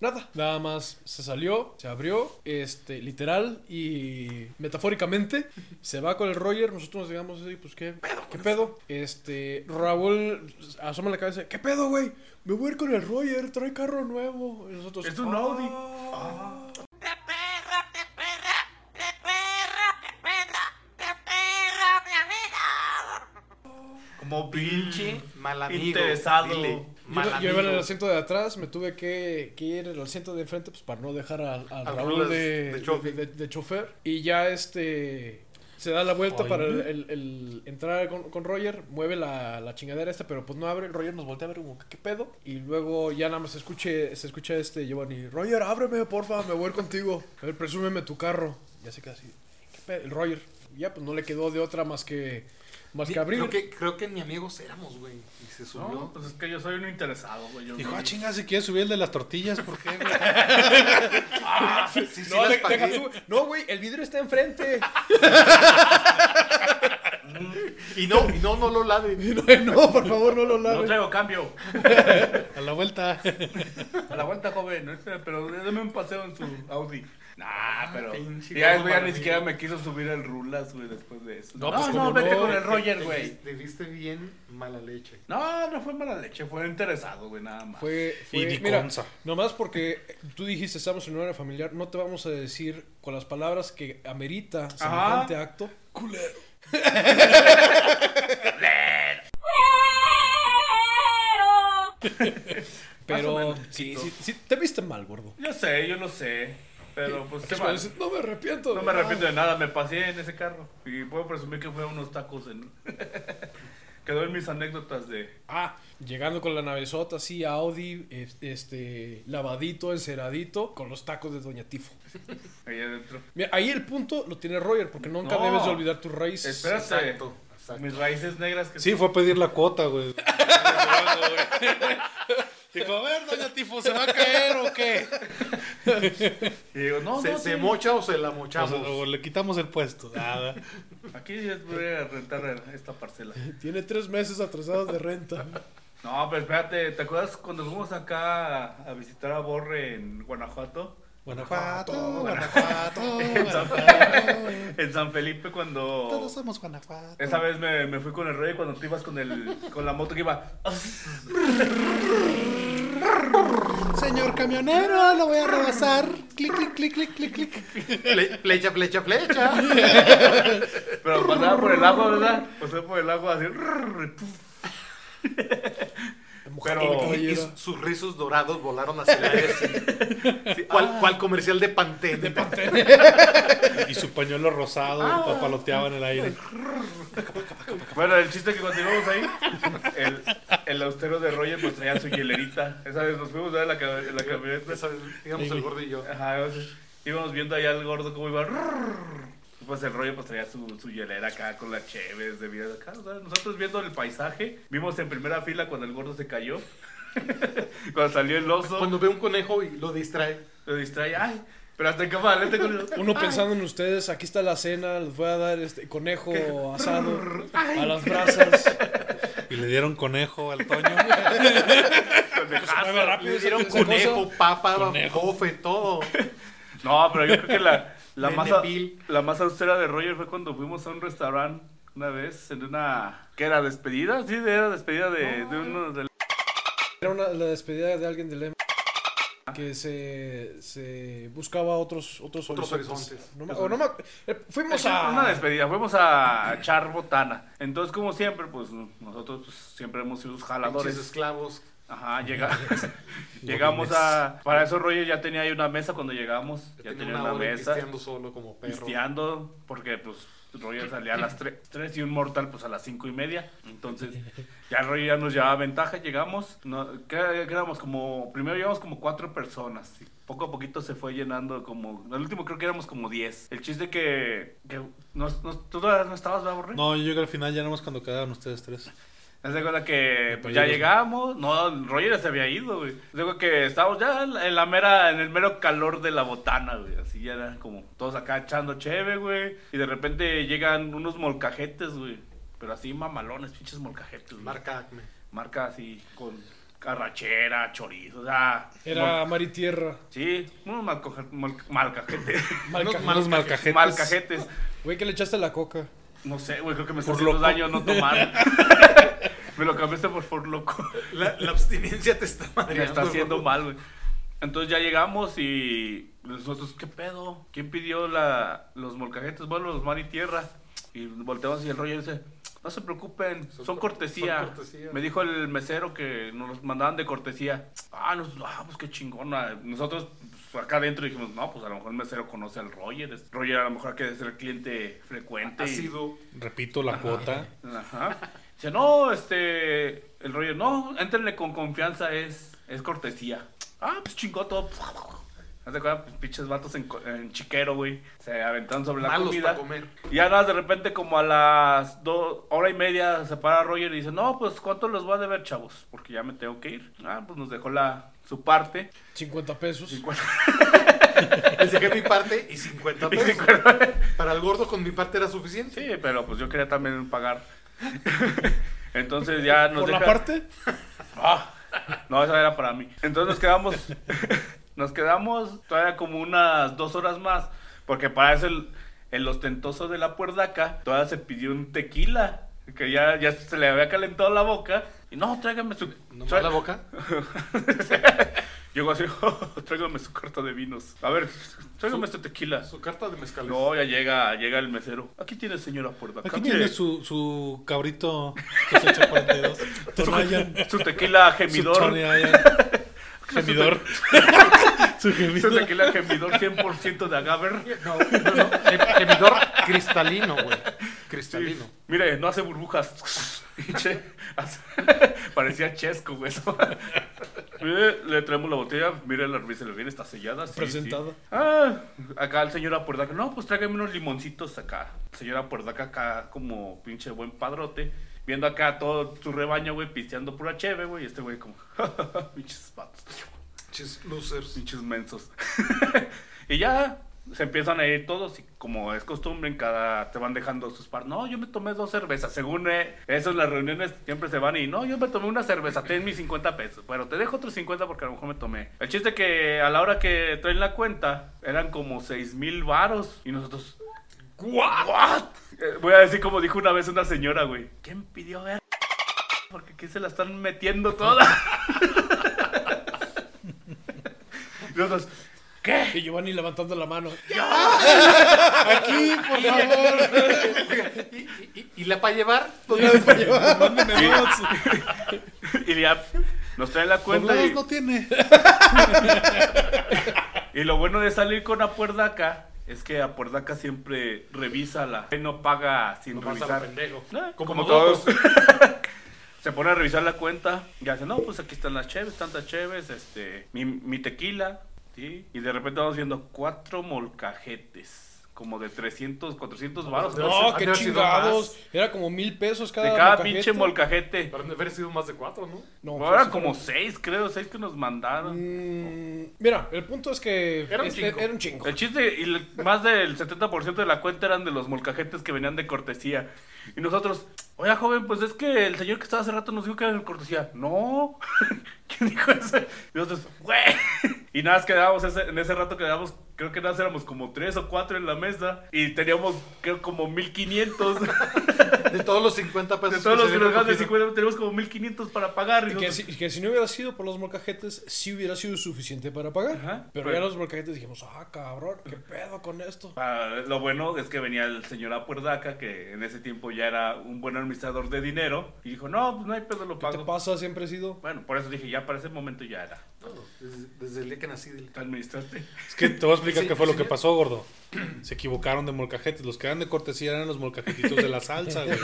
Nada, nada más se salió, se abrió, este, literal y metafóricamente, se va con el Roger, nosotros nos llegamos y pues qué, qué pedo, este, Raúl asoma la cabeza, qué pedo, güey, me voy a ir con el Roger, trae carro nuevo, y nosotros,
Es un
"Ah".
Audi.
De perra, de perra, de perra, de perra, de perra, mi amiga.
Como pinche.
Mal amigo.
Interesado.
dile,
Yo-
Yo,
mal
iba- yo iba en el
amigo.
asiento de atrás, me tuve que, que ir al asiento de enfrente pues, para no dejar a, a
Al
Raúl
Rulas
de,
de chofer.
de- de- de chofer. Y ya este se da la vuelta para el, el- el entrar con, con Roger, mueve la, la chingadera esta, pero pues no abre. Roger nos voltea a ver como, ¿qué pedo? Y luego ya nada más se, escuche, se escucha este Giovanni, Roger, ábreme, porfa, me voy a ir contigo. A ver, presúmeme tu carro. Ya se queda así, "¿Qué pedo?". El Roger, ya pues no le quedó de otra más que Más
Ni-
que abrir.
Creo que, creo que ni amigos éramos, güey. Y se subió.
No, pues es que yo soy un interesado, güey. yo
Dijo,
no-
ah, chinga, si quieres subir el de las tortillas, ¿por qué, güey?
Ah, Sí, sí
No,
las
de-
pagué.
deja tú. No, güey, el vidrio está enfrente.
Y no, y no, no lo lave.
No, no, por favor, no lo
No
laves.
traigo cambio.
A la vuelta.
A la vuelta, joven. ¿no? Espera, Pero dame un paseo en su Audi. Nah, pero.
Ah, pinche
Ya, güey,
gordo
ya ni
maravilla.
siquiera me quiso subir el Rulas, güey, después de eso.
No, pues,
no,
¿cómo
vete
no?
con el Roger,
Te-
güey.
Te viste bien mala leche.
No, no fue mala leche, fue interesado, güey, nada más.
Fue, fue-
Y ni
mira,
consa.
nomás porque tú dijiste estamos en una hora familiar, no te vamos a decir con las palabras que amerita semejante acto. Culero.
Más o
Pero
menos,
sí,
poquito.
sí, sí, te viste mal, gordo.
Yo sé, yo lo sé. Pero pues qué
Es
mal.
cuando dices, no me arrepiento.
No
de
me
nada".
arrepiento de nada, me pasé en ese carro. Y puedo presumir que fue a unos tacos en. Quedó en mis anécdotas de.
Ah, llegando con la navezota así, Audi, es- este, lavadito, enceradito, con los tacos de Doña Tifo.
Ahí adentro.
Mira, ahí el punto lo tiene Roger, porque nunca
No.
debes de olvidar tus raíces.
Espérate.
Exacto, exacto.
Mis raíces negras que
Sí, fue a pedir la cuota, güey. Dijo, a ver, doña Tifo, ¿se va a caer o qué?
Y digo, no,
¿Se,
no,
se
sí.
mocha o se la
O
mochamos?
sea, o le quitamos el puesto. Nada.
Aquí ya voy a rentar esta parcela.
Tiene tres meses atrasados de renta.
No, pero espérate, ¿te acuerdas cuando fuimos acá a, a visitar a Borre en Guanajuato?
Guanajuato, Guanajuato, Guanajuato.
En San Felipe cuando...
Todos somos Guanajuato.
Esa vez me, me fui con el rey cuando tú ibas con, el, con la moto que iba...
Señor camionero, lo voy a rebasar. Clic, clic, clic, clic, clic, clic.
Fle- flecha, flecha, flecha.
Pero pasaba por el agua, ¿verdad? Pasaba por el agua así... Pero...
Y, y su- sus rizos dorados volaron hacia el aire. Sí, ¿Cuál, cuál comercial de Pantene?
Y su pañuelo rosado papaloteaba en el aire.
Bueno, el chiste que continuamos ahí, el, el austero de Roger pues traía su hielerita. Esa vez nos fuimos a la, ca- en la camioneta.
Ya sabes, Digamos el gordo y yo.
Ajá, o sea, íbamos viendo allá al gordo cómo iba. Y Pues el rollo pues traía su, su hielera acá con las cheves de vida acá. o sea, nosotros viendo el paisaje, vimos en primera fila cuando el gordo se cayó. cuando salió el oso,
Cuando ve un conejo y lo distrae.
lo distrae, ay, pero hasta en cámara lenta con el oso.
Uno pensando en ustedes, aquí está la cena, les voy a dar este conejo asado a las brasas.
Y le dieron conejo al Toño.
Dejazo.
Le dieron
esa cosa.
conejo, papa,
Conejo.
bofe, todo.
No, pero yo creo que la, la,
Nene
más, a-
Bill.
la más austera de Roger fue cuando fuimos a un restaurante una vez en una... ¿Qué era? ¿Despedida? Sí, era despedida de, de uno de
Era una, la despedida de alguien del M que se, se buscaba otros otros,
Otros horizontes.
No me- o no me- eh, fuimos
Esa fue Una
a
despedida, fuimos a echar botana. Entonces, como siempre, pues nosotros pues, siempre hemos sido los
Pinches
jaladores.
esclavos.
Ajá, llega- llegamos a. Para eso, Roger ya tenía ahí una mesa cuando llegamos.
Yo
Ya
tenía
tenía
una
una
hora
mesa.
pisteando solo como perro.
Pisteando, porque pues Roger salía a las 3, y un mortal pues a las 5 y media. Entonces, ya Roger ya nos llevaba ventaja. Llegamos, no, que- que éramos como. Primero llevamos como 4 personas. y Poco a poquito se fue llenando como. Al último creo que éramos como 10. El chiste que. que nos- nos- ¿Tú todavía no estabas, ¿verdad, Borre?
No, yo llegué al final ya nomás cuando quedaron ustedes tres.
Haz de cuenta que pues, ya
Oye,
llegamos. No, Roger ya se había ido, güey. Haz de cuenta que estábamos ya en la- en la mera, en el mero calor de la botana, güey. Así ya era como todos acá echando cheve, güey. Y de repente llegan unos molcajetes, güey. Pero así mamalones, pinches molcajetes, güey.
Marca Acme.
Marca así con carrachera, chorizo, o sea.
era mar y tierra.
Sí, unos malcoja- mol- malcajetes.
Malca-
Unos
Unos malcajetes.
Malcajetes.
Güey, que le echaste la coca.
No sé, güey, creo que me está
Por
haciendo
loco.
daño no tomar. me lo cambiaste por por loco.
La, la abstinencia te está
Me
madreando.
está haciendo
gordo.
mal, güey. Entonces ya llegamos y nosotros, ¿qué pedo? ¿Quién pidió la, los molcajetes? Bueno, los mar y tierra. Y volteamos y el rollo dice, no se preocupen, son,
Son cor-
cortesía.
son cortesía.
Me dijo el mesero que nos los mandaban de cortesía. Ah, nos, ah, pues qué chingona. Nosotros pues, acá adentro dijimos, no, pues a lo mejor el mesero conoce al Roger. es- Roger a lo mejor que es el cliente frecuente.
Ha
y-
sido
Repito la cuota.
Ajá. Dice, no, este, el rollo, no, éntrenle con confianza, es, es cortesía. Ah, pues chingó todo. ¿No te acuerdas? Pues, pinches vatos en, co- en chiquero, güey. Se aventaron sobre la
Malos
comida.
para comer.
Y ya nada, de repente, como a las dos, hora y media, se para Roger y dice: No, pues, ¿cuánto les voy a deber, chavos? Porque ya me tengo que ir. Ah, pues nos dejó la su parte.
50 pesos.
50
Les dejé mi parte y 50
y
pesos.
50.
Para el gordo con mi parte era suficiente.
Sí, pero pues yo quería también pagar. Entonces ya nos
¿Por
deja...
la parte?
Ah, no, esa era para mí. Entonces nos quedamos, nos quedamos todavía como unas dos horas más, porque para eso el, el ostentoso de la puerdaca todavía se pidió un tequila, que ya, ya se le había calentado la boca. Y no, tráigame su...
No
tra-
la boca.
Llegó así, tráigame su carta de vinos. A ver, tráigame este tequila.
Su carta de mezcales.
No, ya llega, llega el mesero. Aquí tiene señora puerdaca.
Aquí
mire,
tiene su, su cabrito que se echa 42. Tonayan.
su tequila
Su
gemidor.
Tonayan. Gemidor. Su
Su
gemidor.
tequila gemidor 100% de agaver.
No, no, no. Gem- Gemidor cristalino, güey. Cristalino.
Mire, no hace burbujas. Che, hace- Parecía chesco, güey. eso. Mire, le traemos la botella. Mire, la revista le viene, está sellada. sí, sí.
Presentada.
Ah, acá el señor Apuerdaca. No, pues tráigame unos limoncitos acá. Señor Apuerdaca, acá como pinche buen padrote. Viendo acá todo su rebaño, güey, pisteando pura cheve, güey. Y este güey, como, pinches patos.
Chis losers.
Pinches mensos. y ya se empiezan a ir todos y como es costumbre en cada te van dejando sus par. No, yo me tomé dos cervezas. Según eh, eso en las reuniones siempre se van y no, yo me tomé una cerveza, ten mis 50 pesos. Bueno, te dejo otros 50 porque a lo mejor me tomé. El chiste que a la hora que traen la cuenta eran como 6 mil varos y nosotros What? Eh, Voy a decir como dijo una vez una señora, güey. ¿Quién pidió ver? Porque aquí se la están metiendo toda. Y nosotros, ¿qué?
Y Giovanni levantando la mano.
Aquí, por favor.
¿Y, y- y la para llevar? pues,
Mándenme dos.
Y ya nos trae la cuenta.
Doblados
Y,
no tiene.
y lo bueno de salir con Apuerdaca es que Apuerdaca siempre revisa la. Él no paga sin
Nomás a lo
revisar.
pendejo.
Ah,
Como
todos.
nosotros.
Se pone a revisar la cuenta y hace, no, pues aquí están las cheves, tantas cheves, este, mi, mi tequila, ¿sí? Y de repente vamos viendo cuatro molcajetes, como de 300, 400 varos.
de
¿no?
haber
No,
sido- han
qué
de haber sido
chingados. Era como mil pesos cada
De cada
molcajete.
pinche molcajete.
Pero han de haber sido más de cuatro, ¿no?
No,
Ahora eran
fue-
como seis, creo, seis que nos mandaron.
Mm, Mira, el punto es que
Era un
este-
chingo.
era un chingo.
El chiste, y el- más del 70% de la cuenta eran de los molcajetes que venían de cortesía. Y nosotros, oiga, joven, pues es que el señor que estaba hace rato nos dijo que era de cortesía. No. ¿Quién dijo eso? Y nosotros, güey. Y nada, más quedábamos, ese- en ese rato quedábamos, creo que nada, más éramos como tres o cuatro en la mesa. Y teníamos, creo, como 1500.
De todos los 50
Pues,
pesos.
de todos los
se
que
habían
nos daban de
recogido.
50, teníamos como 1500 para pagar. Y
Y que,
nosotros,
si, que si no hubiera sido por los molcajetes, sí hubiera sido suficiente para pagar.
Ajá.
pero
Pero-
ya los molcajetes dijimos, ah, cabrón, qué pedo con esto.
Ah, lo bueno es que venía el señor Apuerdaca, que en ese tiempo ya era un buen administrador de dinero, y dijo, no, pues no hay pedo, lo
¿Qué te
pago.
pasa? Siempre he sido.
Bueno, por eso dije, ya para ese momento ya era.
Desde, desde el día que nací. del-
¿Te administraste?
Es que te voy a explicar
Sí,
qué fue lo que
señor.
pasó, gordo. Se equivocaron de molcajetes. Los que eran de cortesía eran los molcajetitos de la salsa, güey.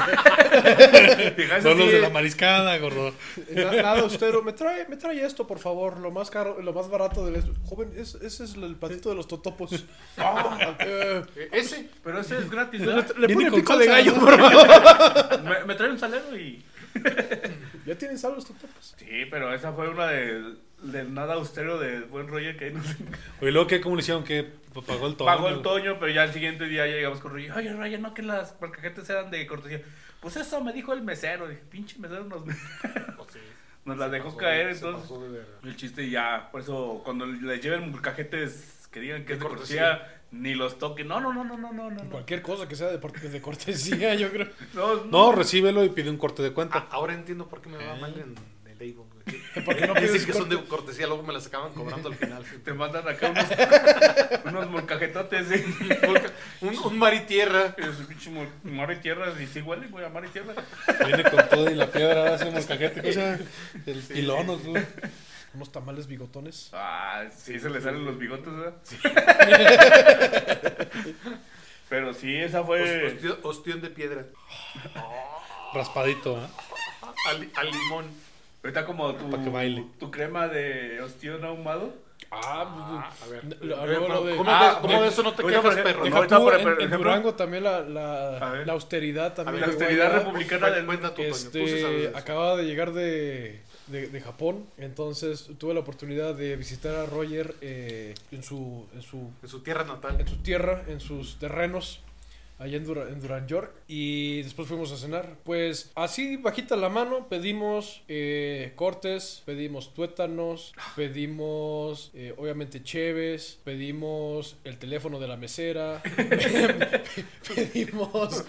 Dije, eso
Son los
sí,
de la mariscada, gordo.
Na- Nada austero. Me trae, me trae esto, por favor. Lo más caro, lo más barato del. Joven, es- ese es el platito de los totopos. Ah, eh,
Eh, Ese.
Pero ese es gratis, ¿verdad?
le
Viene
pone
con
pico de
salsa,
gallo,
¿no?
por favor.
me, me trae un salero y...
Ya tienen sal los totopos.
Sí, pero esa fue una del del nada austero de buen Roger que ahí nos-
Oye, luego, ¿qué? ¿Cómo le hicieron? ¿Qué? Pagó el tono.
pagó el toño, pero ya el siguiente día ya llegamos con Roger. Oye, Roger, no que las parcajetes eran de cortesía. Pues eso me dijo el mesero. Dije, pinche mesero nos,
Pues
nos la dejó caer, entonces... El chiste ya, por eso cuando les lleven molcajetes que digan que
De
es de
cortesía.
cortesía, ni los toquen. No, no, no, no, no, no, no. No,
Cualquier cosa que sea de, parte- de cortesía, yo creo.
no,
No, recíbelo y pide un corte de
Ah,
cuenta.
ahora entiendo por qué me va mal en el label, güey.
Porque no
Es
pides
decir, que son
corte.
de cortesía, luego me las acaban cobrando al final.
Te mandan acá unos, unos molcajetotes. ¿sí?
un, un mar y tierra.
Es un pinche mol- mar y tierra, y sí huele, güey, a mar y tierra.
Viene con todo y la piedra, ahora hace molcajete. ¿qué? O sea, el pilón, ¿no?
Unos tamales bigotones.
Ah, sí, se le salen los bigotes, ¿verdad? Pero sí, esa
Pues,
Os-
fue.
Ostión, ostión de piedra.
raspadito, ¿eh?
Al, al limón.
Ahorita como tu,
Pa' que baile.
tu crema de ostión ahumado.
Ah,
A ver,
pues,
a
no,
ver,
no,
pero
no, de-
¿cómo,
Ah,
de, cómo
de-
de eso no te
ahorita,
quejas,
por-
perro?
deja-
No,
ahorita,
tú,
por-
en,
por
en
ejemplo-
Durango también la,
A
la,
ver.
la austeridad también.
La
llegó
austeridad
allá.
republicana. Cuenta del-
cuenta tú, Toño, tú sí sabes de
Este,
eso.
acababa de llegar de, de, de Japón, entonces tuve la oportunidad de visitar a Roger eh, en, su, en, su,
En su tierra
en
natal.
su tierra, en sus terrenos, allá en, Dura- en Duran York, y después fuimos a cenar. Pues así, bajita la mano, pedimos eh, cortes, pedimos tuétanos, pedimos eh, obviamente cheves, pedimos el teléfono de la mesera, pedimos...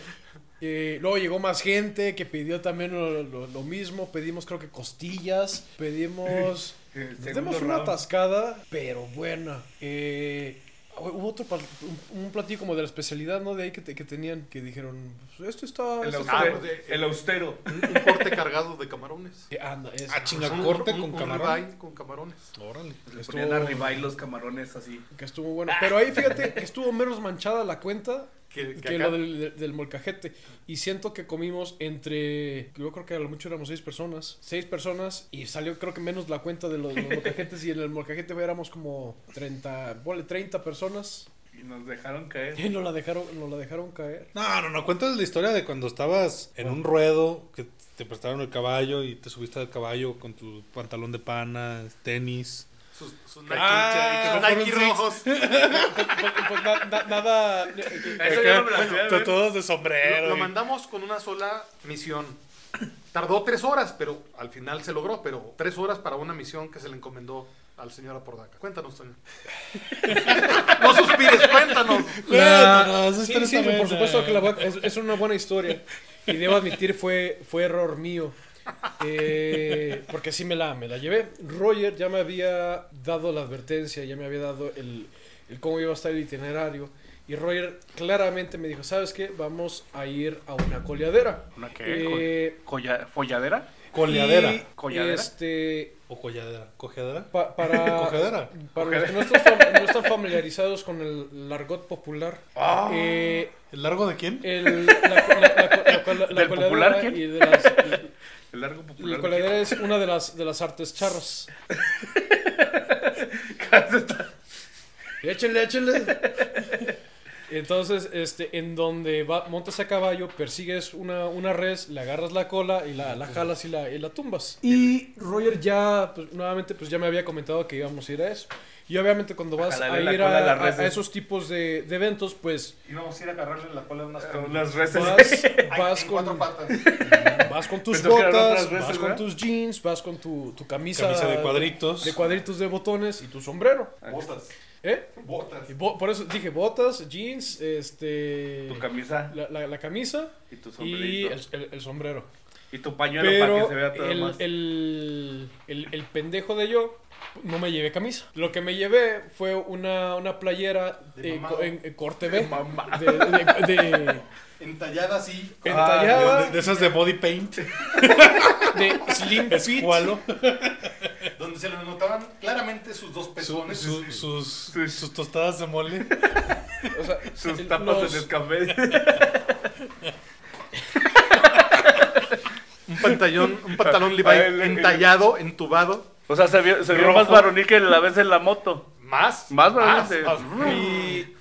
Eh, luego llegó más gente que pidió también lo, lo- lo mismo. Pedimos, creo que costillas. Pedimos.
El
Nos
eh, segundo
demos una
round.
atascada, pero buena. Eh, ah, hubo otro pal- un, un platillo como de la especialidad, ¿no? De ahí que, te- que tenían, que dijeron: "Pues, Esto está.
El
esto
austero.
está-
Ah, pues, de-
el austero.
Un, un corte cargado de camarones.
Eh, anda, es-
Ah, chinga,
Un-
corte
un-
con
un
camarón.
ribeye con camarones.
Órale.
Le
Estuvo-
ponían a ribeye los camarones así.
que estuvo bueno.
ah.
Pero ahí fíjate que estuvo menos manchada la cuenta
Que, que
que
acá-
lo del, del- del molcajete. Y siento que comimos entre. Yo creo que a lo mucho éramos seis personas. Seis personas y salió, creo que menos la cuenta de los, los molcajetes. Y en el molcajete éramos como 30, ponle 30 personas.
Y nos dejaron caer.
Y nos la dejaron, nos la dejaron caer.
No, no, no. Cuéntales la historia de cuando estabas en un ruedo, que te prestaron el caballo y te subiste al caballo con tu pantalón de pana, tenis.
Sus, sus Nike,
Ah,
sus
fueron
Nike
seis.
rojos.
Pues, pues, na- na- nada.
Eso ya no me la
Bueno,
hacía ver.
to- todos de
Lo,
sombrero.
lo
y-
mandamos con una sola misión. Tardó tres horas, pero al final se logró. Pero tres horas para una misión que se le encomendó al señor Apodaca. Cuéntanos, Toño. no suspires, cuéntanos.
Cuéntanos, esa
Sí,
historia
sí,
está
por
buena.
supuesto que la voy a- es, es una buena historia. Y debo admitir, fue, fue error mío. Eh, porque sí me la, me la llevé. Roger ya me había dado la advertencia, ya me había dado el, el cómo iba a estar el itinerario. Y Roger claramente me dijo, ¿sabes qué? Vamos a ir a una coleadera.
¿Una qué?
Eh,
Colla- ¿Folladera?
Coleadera.
y,
¿Colladera?
Este,
O colladera. Cojeadera.
pa- para...
Cogedera.
Para los que no están, fam- no están familiarizados con el argot popular,
ah,
eh,
¿El largo de quién?
el, la, la- la- la- la- la
¿Del
coladera
popular quién?
y de las-
El largo
la
popular.
coladera es una de las, de las artes charras. Échenle, échenle. Entonces, este, en donde va, montas a caballo, persigues una, una res, le agarras la cola y la, la jalas y la, y la tumbas. Y Roger ya, pues, nuevamente, pues ya me había comentado que íbamos a ir a eso. Y obviamente cuando vas
Jalarle
a
la
ir
cola
a,
a la
a-
res.
a esos tipos de, de eventos, pues
Íbamos a ir a agarrarle la cola a unas, a unas reses.
vas, vas
Con cuatro
con,
patas.
vas con tus
Pensó que eran
botas,
otras veces,
vas con
¿verdad?
tus jeans, vas con tu, tu camisa,
Camisa de cuadritos.
de cuadritos de botones y tu sombrero.
Botas.
¿Eh?
Botas.
Y bo- por eso dije botas, jeans, este...
Tu camisa
la, la- la camisa
y tu
y
sombrerito.
el, el- el sombrero.
Y tu pañuelo para que se
Pero
vea todo
el,
más.
el- el- el pendejo de yo no me llevé camisa. Lo que me llevé fue una, una playera
De
eh,
mamado.
co- en, en corte B.
mamado.
De, de- de-
Ah,
Entallada así.
entallada,
De, de esas de body paint.
de slim fit.
Escualo.
Donde se le notaban claramente sus dos
Pues
Su-
pezones.
este,
su- sus, sus tostadas de mole.
O sea,
Sus
el-
tapas
los-
de descafé.
un pantalón, un pantalón
A ver,
Levi
le-
entallado, entubado.
O sea, se vio, se vio más varonil que la vez en la moto.
Más.
Más varonil.
más.
y-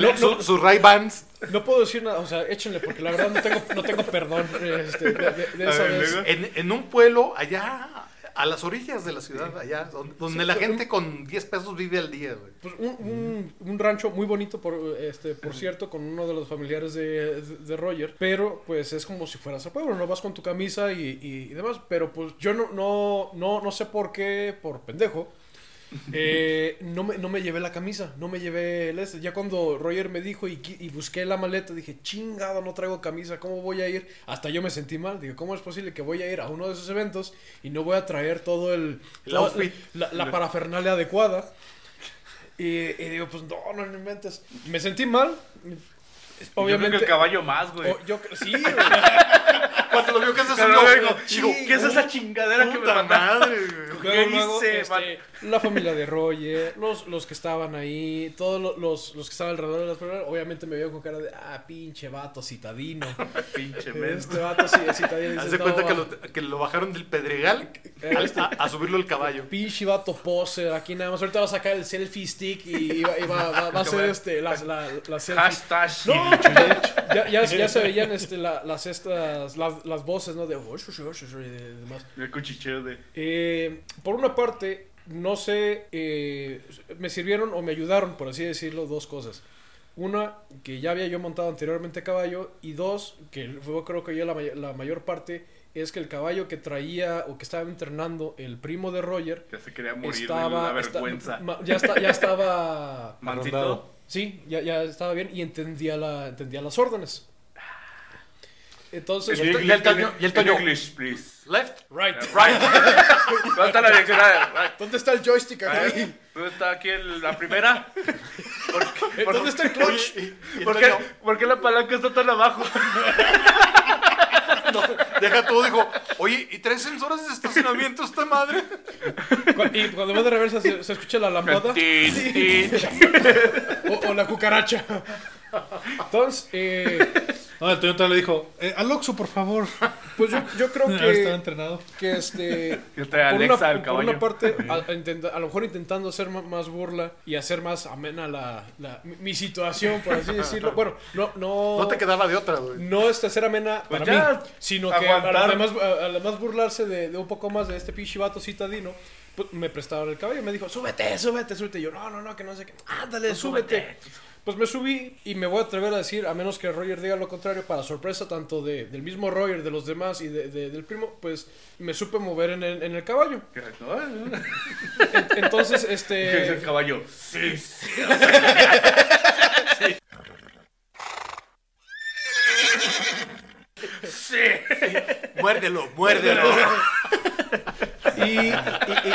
Lo- su- Sus Ray-Bans.
No puedo decir nada, o sea, échenle porque la verdad no tengo, no tengo perdón este, de, de- de
A
esa
ver,
vez.
luego.
En, en un pueblo allá, a las orillas de la ciudad, allá, don- donde la gente con 10 pesos vive al día, güey.
Pues un, un- un rancho muy bonito, por, este, por cierto, con uno de los familiares de, de- de Roger. Pero pues es como si fueras a pueblo, no vas con tu camisa y, y- y demás. Pero pues yo no, no, no, no sé por qué, por pendejo. eh, no, me, no me llevé la camisa, no me llevé el este. Ya cuando Roger me dijo y, qui- y busqué la maleta, dije, chingado, no traigo camisa, ¿cómo voy a ir? Hasta yo me sentí mal. Dije, ¿cómo es posible que voy a ir a uno de esos eventos y no voy a traer todo el...
El
todo-
outfit.
La, la parafernalia adecuada. Y, y digo, pues no, no me inventes. Me sentí mal.
Obviamente. Yo creo que el
Obviamente.
caballo más, güey.
o- yo cre- sí, güey.
Cuando lo vio que haces
Pero
un
luego, digo,
chico,
¿qué es esa chingadera que me
puta
mandaste?
madre, güey.
¿Qué
Luego, luego,
hice,
este,
man?
la familia de Roger, los, los que estaban ahí, todos lo- los, los que estaban alrededor de las personas, obviamente me vieron con cara de, ah, pinche vato citadino.
Pinche mes.
este vato sí, es citadino.
Haz
dice,
de cuenta
"No,
que lo, que lo bajaron del pedregal
Eh,
al- a, a subirlo al caballo.
Pinche vato poser, aquí nada más. Ahorita va a sacar el selfie stick y, y va, y va- va- va a ser este, la, la, la selfie.
Hashtag.
Ya, ya, ya se veían este, la- las, estas, las, las voces, ¿no? De, "Oh, y de- demás.
El cuchicheo de.
Eh, por una parte, no sé, eh, me sirvieron o me ayudaron, por así decirlo, dos cosas. Una, que ya había yo montado anteriormente a caballo. Y dos, que yo creo que yo la, may- la mayor parte es que el caballo que traía o que estaba internando el primo de Roger
Ya se quería morir de la
estaba... esta-
vergüenza.
ma- ya, está- ya estaba...
Mancito.
Sí, ya, ya estaba bien y entendía, la, entendía las órdenes. Entonces...
Y el- y el Toño- y el
En
Toño.
English, please.
Left.
Right.
Right. ¿Dónde está la dirección? A ver, right.
¿Dónde está el joystick
A
acá?
ver, ¿Dónde está aquí el- la primera? ¿Por qué, por-
Eh, ¿Dónde está el clutch?
Y el
por qué-
Toño,
por qué la palanca está tan abajo?
deja todo, dijo, oye, ¿y tres sensores de estacionamiento esta madre?
Cu- Y cuando va de reversa se, se escucha la lambada
Tin, tin.
o, o la cucaracha. Entonces, eh,
No, el Toño todavía le dijo, eh, al Oxxo, por favor.
pues yo, yo creo
Ahora estaba
que,
entrenado.
que este.
Yo traía
por
Alexa
una,
al
por una
caballo.
parte, a, a intenta- a lo mejor intentando hacer ma- más burla y hacer más amena la, la- mi, mi situación, por así decirlo. Bueno, no, no.
No te quedaba de otra, güey.
No es hacer amena
Pues
para
ya,
mí, sino que
aguantar.
además, además burlarse de, de un poco más de este pinche vato citadino, pues, me prestaron el caballo y me dijo, súbete, súbete, súbete. Y yo, no, no, no, que no sé qué. Ándale, súbete. Pues me subí y me voy a atrever a decir, a menos que Roger diga lo contrario, para sorpresa tanto de, del mismo Roger, de los demás y de- de- del primo, pues me supe mover en el, en el caballo. Entonces,
Es el
este...
caballo. Sí, sí.
Muérdelo, muérdelo.
Y, y- y-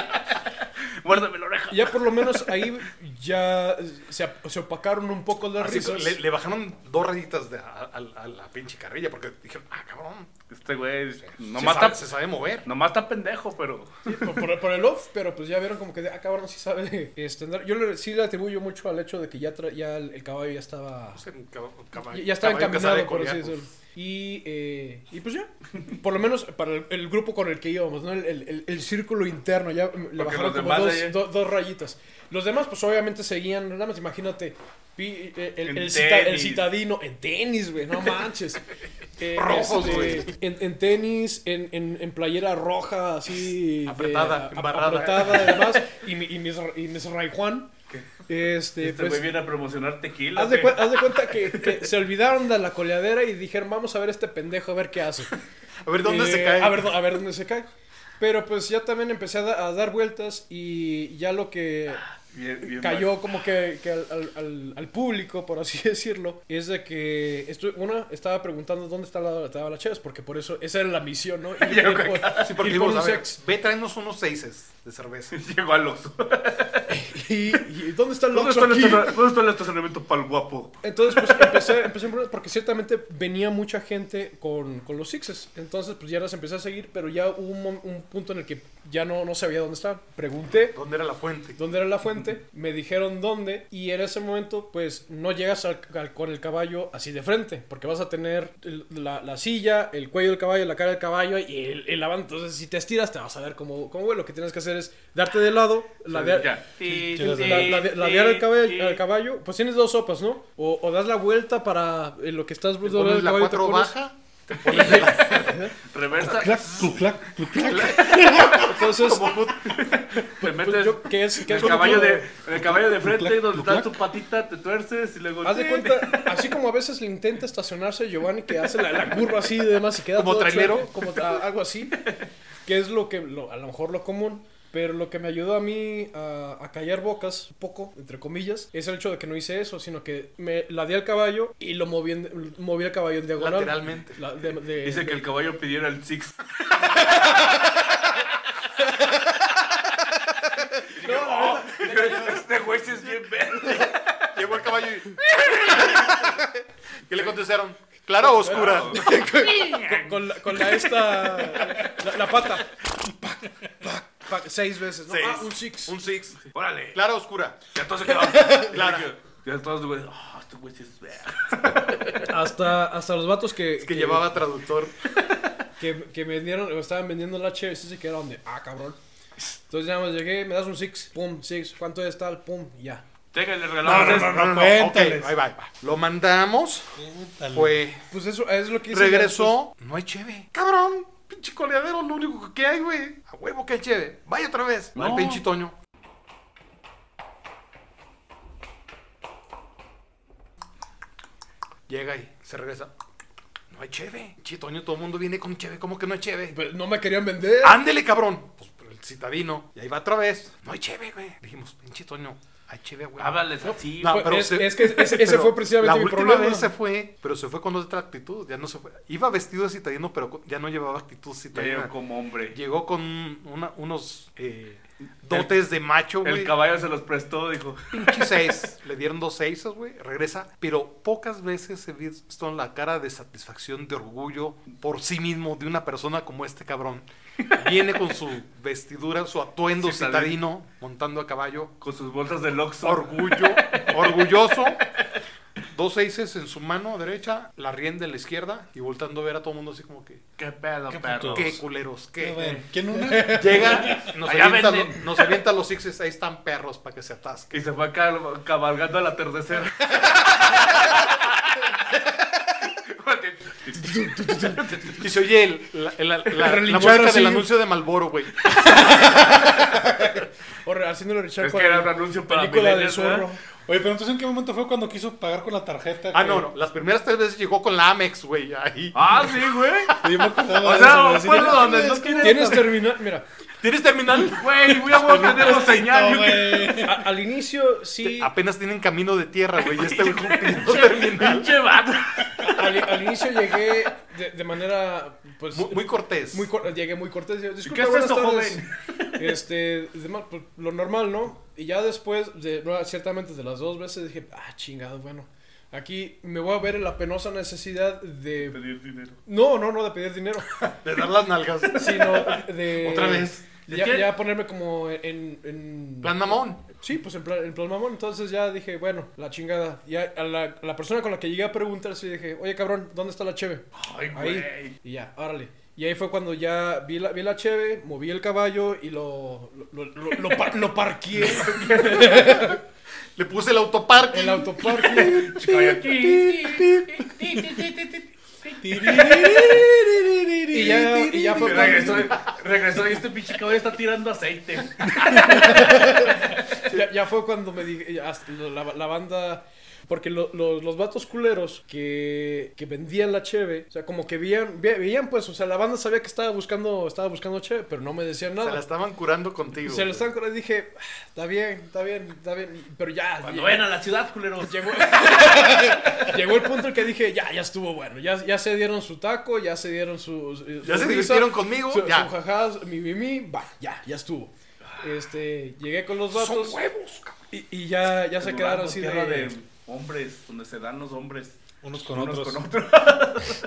Muérdame la oreja.
ya por lo menos ahí ya se, se opacaron un poco las
Así,
risas.
le, le bajaron dos rayitas de a, a- a la pinche carrilla porque dijeron, ah, cabrón.
Este güey no
se,
mata.
sabe, se sabe mover.
Nomás está pendejo, pero.
por, por- por el off, pero pues ya vieron como que, ah, cabrón, sí sabe este, andar. Yo le- sí le atribuyo mucho al hecho de que ya, tra- ya el, el caballo ya estaba...
Pues, en cab- caba-
Ya, ya estaba
caballo que sabe
encaminado, por así
colgar,
decirlo. Y, eh, y pues ya, por lo menos para el, el grupo con el que íbamos, ¿no? El, el- el- el círculo interno, ya mm,
Porque
le bajaron
los
como
demás
dos,
de ahí-
do- dos rayitas. Los demás, pues obviamente seguían, nada más imagínate, pi- eh, el,
En
el cita- el
tenis.
citadino en tenis, güey, no manches. Eh,
Rojos, güey.
En, en tenis, en, en- en playera roja, así. de-
Apretada,
ap-
embarrada.
apretada, además. Y, mi- y mis, y mis Ray Juan. Este,
Este
pues,
güey viene a promocionar tequila.
Haz de,
güey.
cuen- haz de cuenta que, que se olvidaron de la coleadera y dijeron, vamos a ver este pendejo, a ver qué hace.
A ver dónde
Eh,
se cae.
A ver, dó- a ver dónde se cae. Pero pues ya también empecé a, da- a dar vueltas y ya lo que
Ah,
Bien- bien
cayó como que, que al, al- al- al público, por así decirlo, es de que estu- una estaba preguntando dónde está la, estaba la Cheves, porque por eso esa era la misión, ¿no? Y,
Yo creo que-
ah, Sí, porque
por
dijimos,
un
a ver,
sex.
ve, tráenos unos seises de cerveza.
mal. Llegó al Oxxo.
Y, y ¿dónde está el
¿Dónde está,
Oxxo
el
aquí?
estacion- ¿Dónde está el estacionamiento para el guapo?
Entonces, pues empecé, empecé a preguntar, porque ciertamente venía mucha gente con, con los Sixes. Entonces, pues ya las empecé a seguir, pero ya hubo un, mom- un punto en el que ya no, no sabía dónde estaban. Pregunté
¿Dónde era la fuente?
dónde era la fuente, me dijeron dónde, y en ese momento, pues no llegas al- al- con el caballo así de frente, porque vas a tener el- la, la silla, el cuello del caballo, la cara del caballo y el, el avance. Entonces, si te estiras, te vas a ver como, como güey. Lo que tienes que hacer es darte de lado, la de-
Ya.
la, la, la- ladear al caballo, al caballo, pues tienes dos sopas, ¿no? O, o das la vuelta para eh, lo que estás
¿Te
doblando
pones
el
la
caballo y te
cuatro
pones-
baja?
Reversa.
Clac, cluc, clac, cluc, clac.
Entonces,
Te
pues,
metes.
yo- que es, que
El
es como-
caballo, de,
como-
el caballo de frente,
clac,
donde
clac.
está tu patita, te tuerces y luego.
Haz de cuenta, así como a veces le intenta estacionarse Giovanni que hace la, la curva así y demás y queda
Como
todo
trailero.
chueco, como tra- algo así, que es lo que lo- a lo mejor lo común, pero lo que me ayudó a mí a, a callar bocas un poco, entre comillas, es el hecho de que no hice eso, sino que me la di al caballo y lo moví, en- moví el caballo en diagonal.
Lateralmente.
La- de- de- ah,
Dice que el caballo pidiera el six. Y yo, "Oh, este güey sí es bien verde.
Llegó el caballo y... ¿Qué le contestaron? Clara o oscura.
Con, con la, con la esta. La, la pata. Pac, pac, pac, seis veces. ¿no?
Seis.
Ah, un six.
Un six.
Órale.
Clara o oscura.
Ya todos se quedaron.
Clara.
Ya todos, güey. Ah, este güey sí es.
Hasta, hasta los vatos que.
Es que llevaba traductor.
que, que me vendieron, me estaban vendiendo la cheve, sí se quedaron de, ah, cabrón. Entonces ya me llegué, me das un six, pum, six, ¿cuánto es tal? Pum, ya.
Tenga, le regalamos este.
Ok,
cuéntales.
ahí va, ahí va. Lo mandamos.
Cuéntales.
Fue.
Pues eso es lo que hice.
Regresó. No hay cheve. Cabrón. Pinche coleadero, lo único que hay, güey. A huevo que hay cheve. Vaya otra vez. Al pinche Toño. Llega y se regresa. No hay cheve. Pinche Toño, todo el mundo viene con cheve. ¿Cómo que no hay cheve?
Pero pues, no me querían vender.
Ándele, cabrón. Pues pero el citadino. Y ahí va otra vez. No hay cheve, güey. Dijimos, pinche Toño. Hay cheve, güey.
Háblales así.
No,
Fue-
pero
es-
se-
es que ese- ese fue precisamente
la
mi
última
problema.
vez se fue, pero se fue con otra actitud. Ya no se fue. Iba vestido de citadino, pero co- ya no llevaba actitud
Ya
citadina.
llegó como hombre.
Llegó con una- unos eh, dotes de macho,
El
güey.
caballo se los prestó, dijo.
Pinche seis. Le dieron dos seises, güey. Regresa. Pero pocas veces he visto la cara de satisfacción, de orgullo por sí mismo de una persona como este cabrón. Viene con su vestidura, su atuendo
Citadino.
citadino, montando a caballo.
Con sus bolsas de Loxo.
Orgullo, orgulloso. Dos seises en su mano derecha, la rienda en la izquierda y voltando a ver a todo el mundo así como que,
Qué pedo, perro.
qué culeros,
A
qué.
ver, ¿Quién una?
Llega, nos
Allá
avienta,
venden.
lo- nos avienta los sixes, ahí están perros para que se atasquen.
Y se fue acá cabalgando al atardecer.
Y se oye el- la, la- la- la
relinchar
música
así.
del anuncio de Malboro, güey.
O re- haciéndole Richard
es
con
que era
la
un anuncio para
película del
millennials, ¿verdad?
zorro.
Oye, pero entonces, ¿en qué momento fue cuando quiso pagar con la tarjeta?
Ah,
que-
no, no, las primeras tres veces llegó con la Amex, güey, ahí.
Ah, sí, güey.
Sí, me acordaba
O
de
sea,
eso,
un
así,
pueblo
no,
donde
es
no
que-
tienes.
Tienes terminal, mira,
¿Tienes terminal?
Güey, voy a volver a tener
Ah,
señal.
este
yo que-
güey.
a- al inicio sí,
Apenas tienen camino de tierra, güey, y este güey pidiendo terminal.
Pinche vato.
al, al inicio llegué de, de manera, pues,
Muy, muy cortés.
muy cor- llegué muy cortés. Yo, Disculpe,
¿Qué es
buenas
esto,
tardes. Este, de ma- pues, lo normal, ¿no? Y ya después, de, no, ciertamente de las dos veces dije, ah, chingado, bueno, aquí me voy a ver en la penosa necesidad de...
Pedí el dinero.
No, no, no de pedir dinero,
De dar las nalgas.
sino de...
Otra vez.
Ya,
¿Qué?
ya ponerme como en... en-
Plan mamón.
Sí, pues en plan, en plan mamón. Entonces ya dije, bueno, la chingada. Y a, a la, a la persona con la que llegué a preguntar, sí dije, oye cabrón, ¿dónde está la cheve?
Ay,
Ahí.
güey.
Y ya, órale. Y ahí fue cuando ya vi la, vi la cheve, moví el caballo y lo, lo, lo, lo- lo par- lo parqué
Le puse el autoparque.
el autoparque. Y ya, y ya fue
Y
cuando,
Regresó, regresó y este pinche caballo está tirando aceite.
ya, ya fue cuando me dije, ya, hasta la, la banda... Porque lo- los- los vatos culeros que, que vendían la cheve, o sea, como que veían, ve- veían pues, o sea, la banda sabía que estaba buscando, estaba buscando cheve, pero no me decían
Se la
nada.
estaban curando contigo.
Se lo
güey.
están curando y dije, "Ah, está bien, está bien, está bien, y- pero ya.
Cuando
ya-
ven a la ciudad, culeros.
Llegó, llegó el punto en que dije, ya, ya estuvo bueno. Ya, ya se dieron su taco, ya se dieron su. su-
Ya
su
se
risa,
divirtieron conmigo.
Su,
ya.
su jajá, su- mi, mi, mi, va, ya, ya estuvo. Este, llegué con los vatos.
Son huevos, cabrón.
Y, y ya, ya se quedaron así
Tierra
de.
de hombres, donde se dan los hombres.
Unos con
unos
otros.
con otros.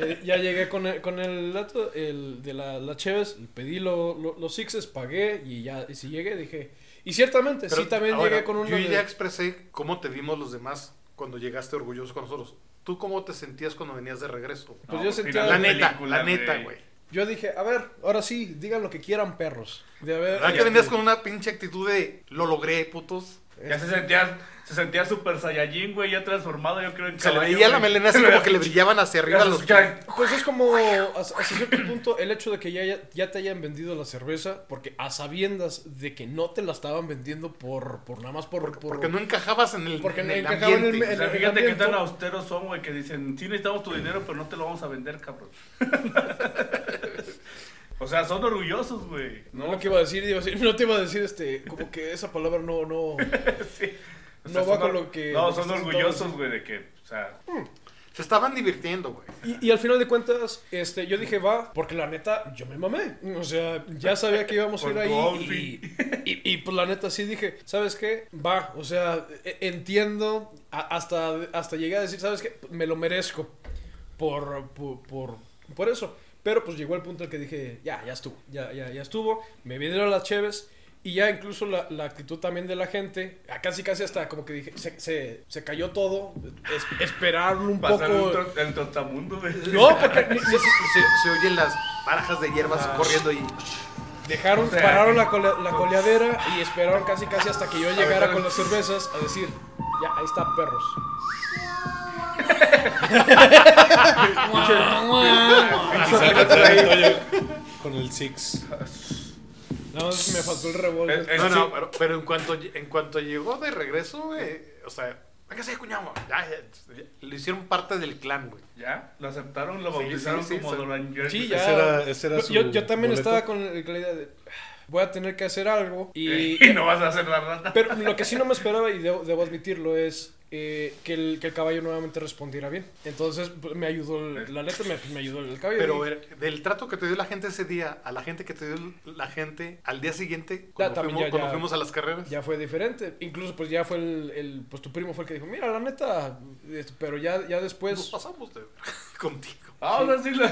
eh, Ya llegué con el, con el dato el, de la, la Cheves, pedí lo- lo- los sixes, pagué y ya, y si llegué, dije. Y ciertamente,
Pero
sí, también
ahora,
llegué con uno.
Yo
de-
ya expresé cómo te vimos los demás cuando llegaste orgulloso con nosotros. ¿Tú cómo te sentías cuando venías de regreso?
Pues
No,
yo
pues,
sentía-
mira,
La neta,
película,
la neta, güey.
Yo dije, a ver, ahora sí, digan lo que quieran, perros. De haber-
¿Verdad que venías con una pinche actitud de lo logré, putos?
Ya se sentía, se sentía super Saiyajin, güey, ya transformado, yo creo en
Se le
caballo,
veía la
güey.
melena así como que le brillaban hacia arriba
Ya se
los...
escuchaba.
Pues es como, hasta hasta cierto punto, el hecho de que ya, ya te hayan vendido la cerveza, porque a sabiendas de que no te la estaban vendiendo por, por nada más por... por-
Porque no encajabas en el,
Porque
en el
encajaba en el-
ambiente.
O sea,
el
fíjate que
ambiente.
tan austeros son, güey, que dicen, sí necesitamos tu dinero, pero no te lo vamos a vender, cabrón. o sea, son orgullosos, güey.
No lo que iba a decir, iba a decir- no te iba a decir, este, como que esa palabra no, no...
Sí.
No va
son
con
or-
lo que-
No,
lo que
son
estás
orgullosos, güey, de que, o sea,
Se estaban divirtiendo, güey.
Y, y al final de cuentas, este, yo dije, va, porque la neta, yo me mamé. O sea, ya sabía que íbamos a ir
Con
ahí.
tu
Y,
outfit.
y- y, pues la neta, sí dije, ¿sabes qué? Va, o sea, e- entiendo. a- hasta, hasta llegué a decir, ¿sabes qué? Me lo merezco. Por, por, por, por eso. Pero pues llegó el punto en el que dije, ya, ya estuvo. Ya, ya, ya estuvo. Me vinieron las cheves. Y ya incluso la, la actitud también de la gente, a casi casi hasta como que dije, se, se, se cayó todo, es- esperaron un
Pasar
poco.
un tro- el trotamundo, güey.
No, porque ni-
Se, se- se oyen las barajas de hierbas
Ah.
corriendo y.
dejaron,
O sea,
pararon la, cole- la coleadera y esperaron casi casi hasta que yo llegara
Aventaron-
con las cervezas a decir, ya, ahí está, perros.
Con el Six.
Nada más me faltó el
Eh,
El-
revólver.
el
No,
sí-
no, pero, pero en, cuanto, lle- en cuanto llegó de regreso, güey. O sea, véngase, cuñado. Ya, ya, ya, lo hicieron parte del clan, güey.
Ya, lo aceptaron, lo
Sí,
bautizaron
sí, sí,
como
sí.
Doran Jerry.
Ah, Sí, ya.
Ese era- ese era
Yo-
su
yo, yo también
boleto.
estaba con la la idea de, voy a tener que hacer algo.
Eh,
Y,
Y no vas a hacer la rata.
Pero lo que sí no me esperaba, y debo, debo admitirlo, es eh, que, el, que el caballo nuevamente respondiera bien. Entonces pues, me ayudó, el- la neta me, me ayudó el caballo.
Pero
Y-
ver, del trato que te dio la gente ese día a la gente que te dio la gente al día siguiente,
Ya,
cuando,
también
fuimos,
ya,
cuando
ya.
fuimos a las carreras.
ya fue diferente. Incluso pues ya fue el, el- pues tu primo fue el que dijo, mira, la neta, este, pero ya, ya
Nos
después,
pasamos de ver contigo.
Ahora sí, lo-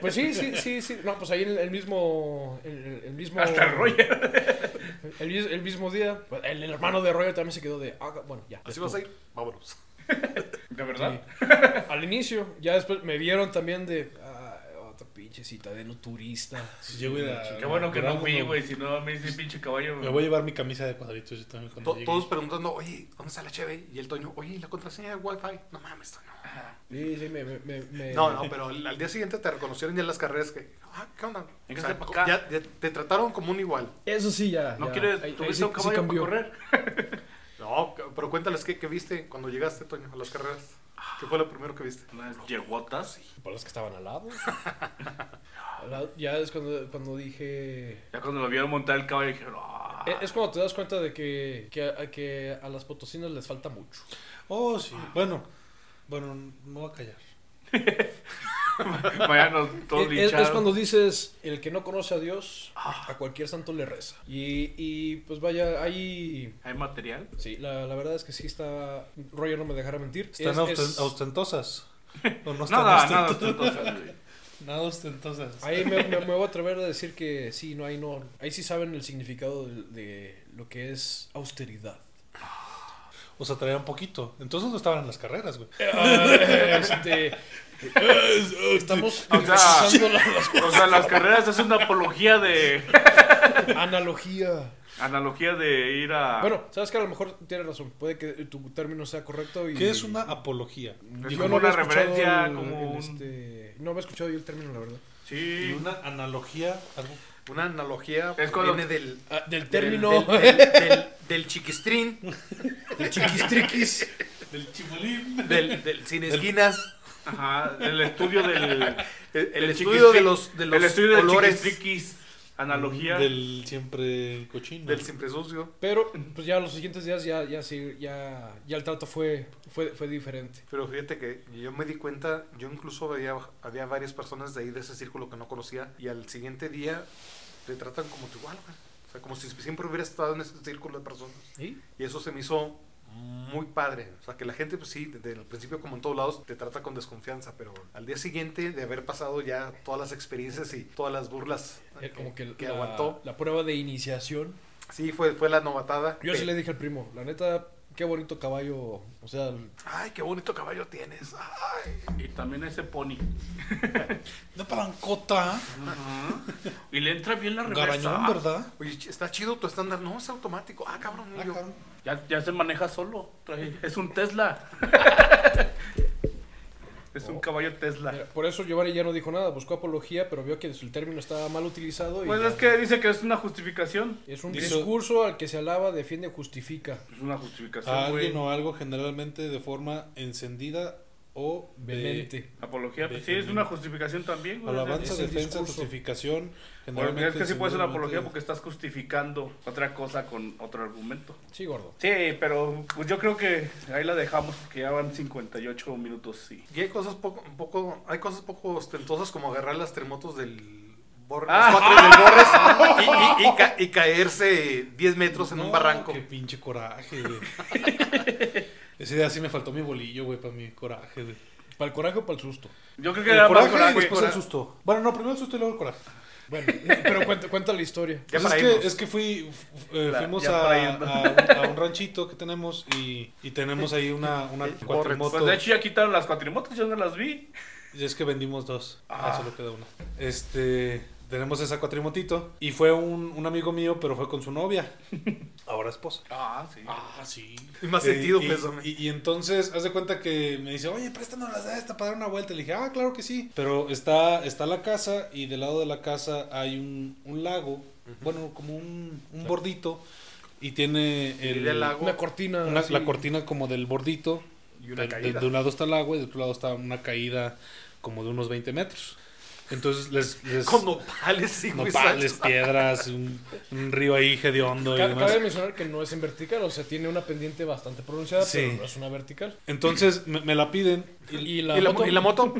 pues sí, sí, sí, sí, no, pues ahí el, el mismo, el, el mismo,
hasta el Roger.
el, mis- el mismo día, pues, el, el hermano de Roger también se quedó de, "Ah, bueno, ya.
Así
estuvo".
vas a ir, vámonos.
De verdad.
Sí. Al inicio, ya después me vieron también de, ah, otra pinche citadino turista.
Si yo voy a-
Qué bueno que no fui,
Vámonos.
güey. Si no, me hice pinche caballo.
Me voy a llevar mi camisa de cuadritos yo también cuando
To-
llegue.
todos preguntando, oye, ¿dónde está la cheve? Y el Toño, oye, ¿la contraseña de Wi-Fi? No mames, Toño.
Sí, sí, me, me, me, me-
No, no, pero al al día siguiente te reconocieron ya en las carreras que, ah, ¿qué onda? O sea,
Véngase pa' acá.
ya- ya te trataron como un igual.
Eso sí, ya.
No
ya.
quieres.
Ahí- ahí
Tuviste
sí-
un
sí
caballo para
cambió.
correr.
No, c- pero cuéntales qué, qué viste cuando llegaste, Toño, a las carreras. ¿Qué fue lo primero que viste?
Unas yeguotas.
Para los que estaban al lado. Al lado, ya es cuando, cuando dije.
Ya cuando lo vieron montar el caballo, dijeron, "Ah".
Eh, Es, es cuando te das cuenta de que, que, a, que a las potosinas les falta mucho.
Oh, sí. Bueno, bueno, me voy a callar.
Mañana todos
Es- es,
linchados.
cuando dices: el que no conoce a Dios,
Ah.
a cualquier santo le reza. Y, y pues vaya, ahí.
¿Hay material?
Sí, la, la verdad es que sí está. Roger no me dejará mentir.
¿Están
Es-
austen-
es-
ostentosas? ¿O no están
Nada, nada.
ostentosas?
ostentosas, güey.
Nada ostentosas.
Ahí me, me- me voy a atrever a decir que sí, no, ahí no. Ahí sí saben el significado de, de lo que es austeridad.
O sea, traían poquito. Entonces no estaban en las carreras, güey.
Ah, este, estamos
O sea,
usando la, la
O sea, las carreras es una apología de.
analogía.
Analogía de ir a.
Bueno, sabes que a lo mejor tienes razón. Puede que tu término sea correcto. Y
¿Qué es una apología?
es
yo
como
no había
una
escuchado
referencia,
el-
como
el,
un.
este, no había escuchado yo el término, la verdad.
Y
Sí.
una analogía, algo
Una analogía
Es cuando-
viene del,
Ah,
del
del,
término
del, del, del- del chiquistrín,
chiquistriquis.
del chibolín.
del, del sin esquinas,
Ajá, el estudio del.
el, el
del
estudio de
chiquistri-
los, de los
El estudio del
olores,
chiquistriquis. Analogía.
Del siempre cochino.
del siempre sucio.
Pero pues ya los siguientes días ya ya sí, ya, ya el trato fue fue, fue diferente.
Pero fíjate que yo me di cuenta, yo incluso veía, había varias personas de ahí de ese círculo que no conocía y al siguiente día te tratan como tu igual, güey. O sea, como si siempre hubiera estado en ese círculo de personas.
¿Sí?
Y eso se me hizo muy padre. O sea, que la gente, pues sí, desde el principio, como en todos lados, te trata con desconfianza, pero al día siguiente de haber pasado ya todas las experiencias y todas las burlas
Eh,
eh,
como que,
que
la,
aguantó,
la prueba de iniciación.
sí, fue, fue la novatada.
Yo sí
Eh,
le dije al primo, la neta, qué bonito caballo. O sea, el-
Ay, qué bonito caballo tienes. Ay.
Y también ese pony.
Una palancota.
Y le entra bien la reversa.
Garañón, ¿verdad?
Oye, ch- está chido tu estándar. No, es automático. Ah, cabrón. y
Ah,
yo,
cabrón.
Ya, ya se maneja solo. trae- Es un Tesla. es un caballo Tesla.
mira, por eso Giovanni ya no dijo nada, buscó apología, pero vio que el término estaba mal utilizado. Y
Pues
ya.
es que dice que es una justificación.
Es un
Dice-
discurso al que se alaba, defiende, justifica.
Es una justificación,
A
güey.
alguien o algo generalmente de forma encendida o de-
Vehemente.
Apología,
De-
pues sí, es una justificación también, güey.
Alabanza,
Es el
defensa,
discurso.
justificación.
Bueno, es que sí puede ser una
generalmente-
apología porque estás justificando otra cosa con otro argumento.
Sí, gordo.
Sí, pero pues, yo creo que ahí la dejamos porque ya van 58 minutos, sí.
Y hay cosas poco, un poco, hay cosas poco ostentosas como agarrar las termotos del Borres,
Ah.
las cuatro del Borres y, y- y ca- y caerse 10 metros en un
No,
barranco.
Qué pinche coraje, güey. Esa idea sí me faltó mi bolillo, güey, para mi coraje, güey.
¿Para el coraje o para el susto?
Yo creo que era más
y
coraje.
después pues, el susto. Bueno, no, primero el susto y luego el coraje.
Bueno, pero cuenta, cuenta la historia.
Ya
Pues
para
es,
irnos.
que, es que fui, fu- eh,
Ya-
fuimos
ya
a,
para irnos.
a- a un ranchito que tenemos y, y tenemos ahí una, una cuatrimoto.
Pues de hecho ya quitaron las cuatrimotos, yo no las vi.
Y es que vendimos dos.
Ah.
Eso lo queda una. Este. Tenemos esa cuatrimotito. Y fue un, un amigo mío, pero fue con su novia. Ahora esposa.
Ah, sí.
Ah, sí.
Y más sentido, pues,
y,
pésame.
y- y entonces, haz de cuenta que me dice, oye, préstanos las de esta para dar una vuelta. Le dije, ah, claro que sí. Pero está, está la casa y del lado de la casa hay un, un lago. Bueno, como un, un bordito. Y tiene el,
del lago.
Una cortina.
una-
así.
la cortina como del bordito.
Y una
de, de-
caída.
de un lado está el agua y de otro lado está una caída como de unos 20 metros. Entonces les... les
Con nopales y
nopales, piedras, un, un río ahí hediondo y
Ca-
demás.
Cabe mencionar que no es en vertical, o sea, tiene una pendiente bastante pronunciada,
Sí.
pero no es una vertical.
Entonces me, me la piden.
Y,
¿Y la, mo- y la moto?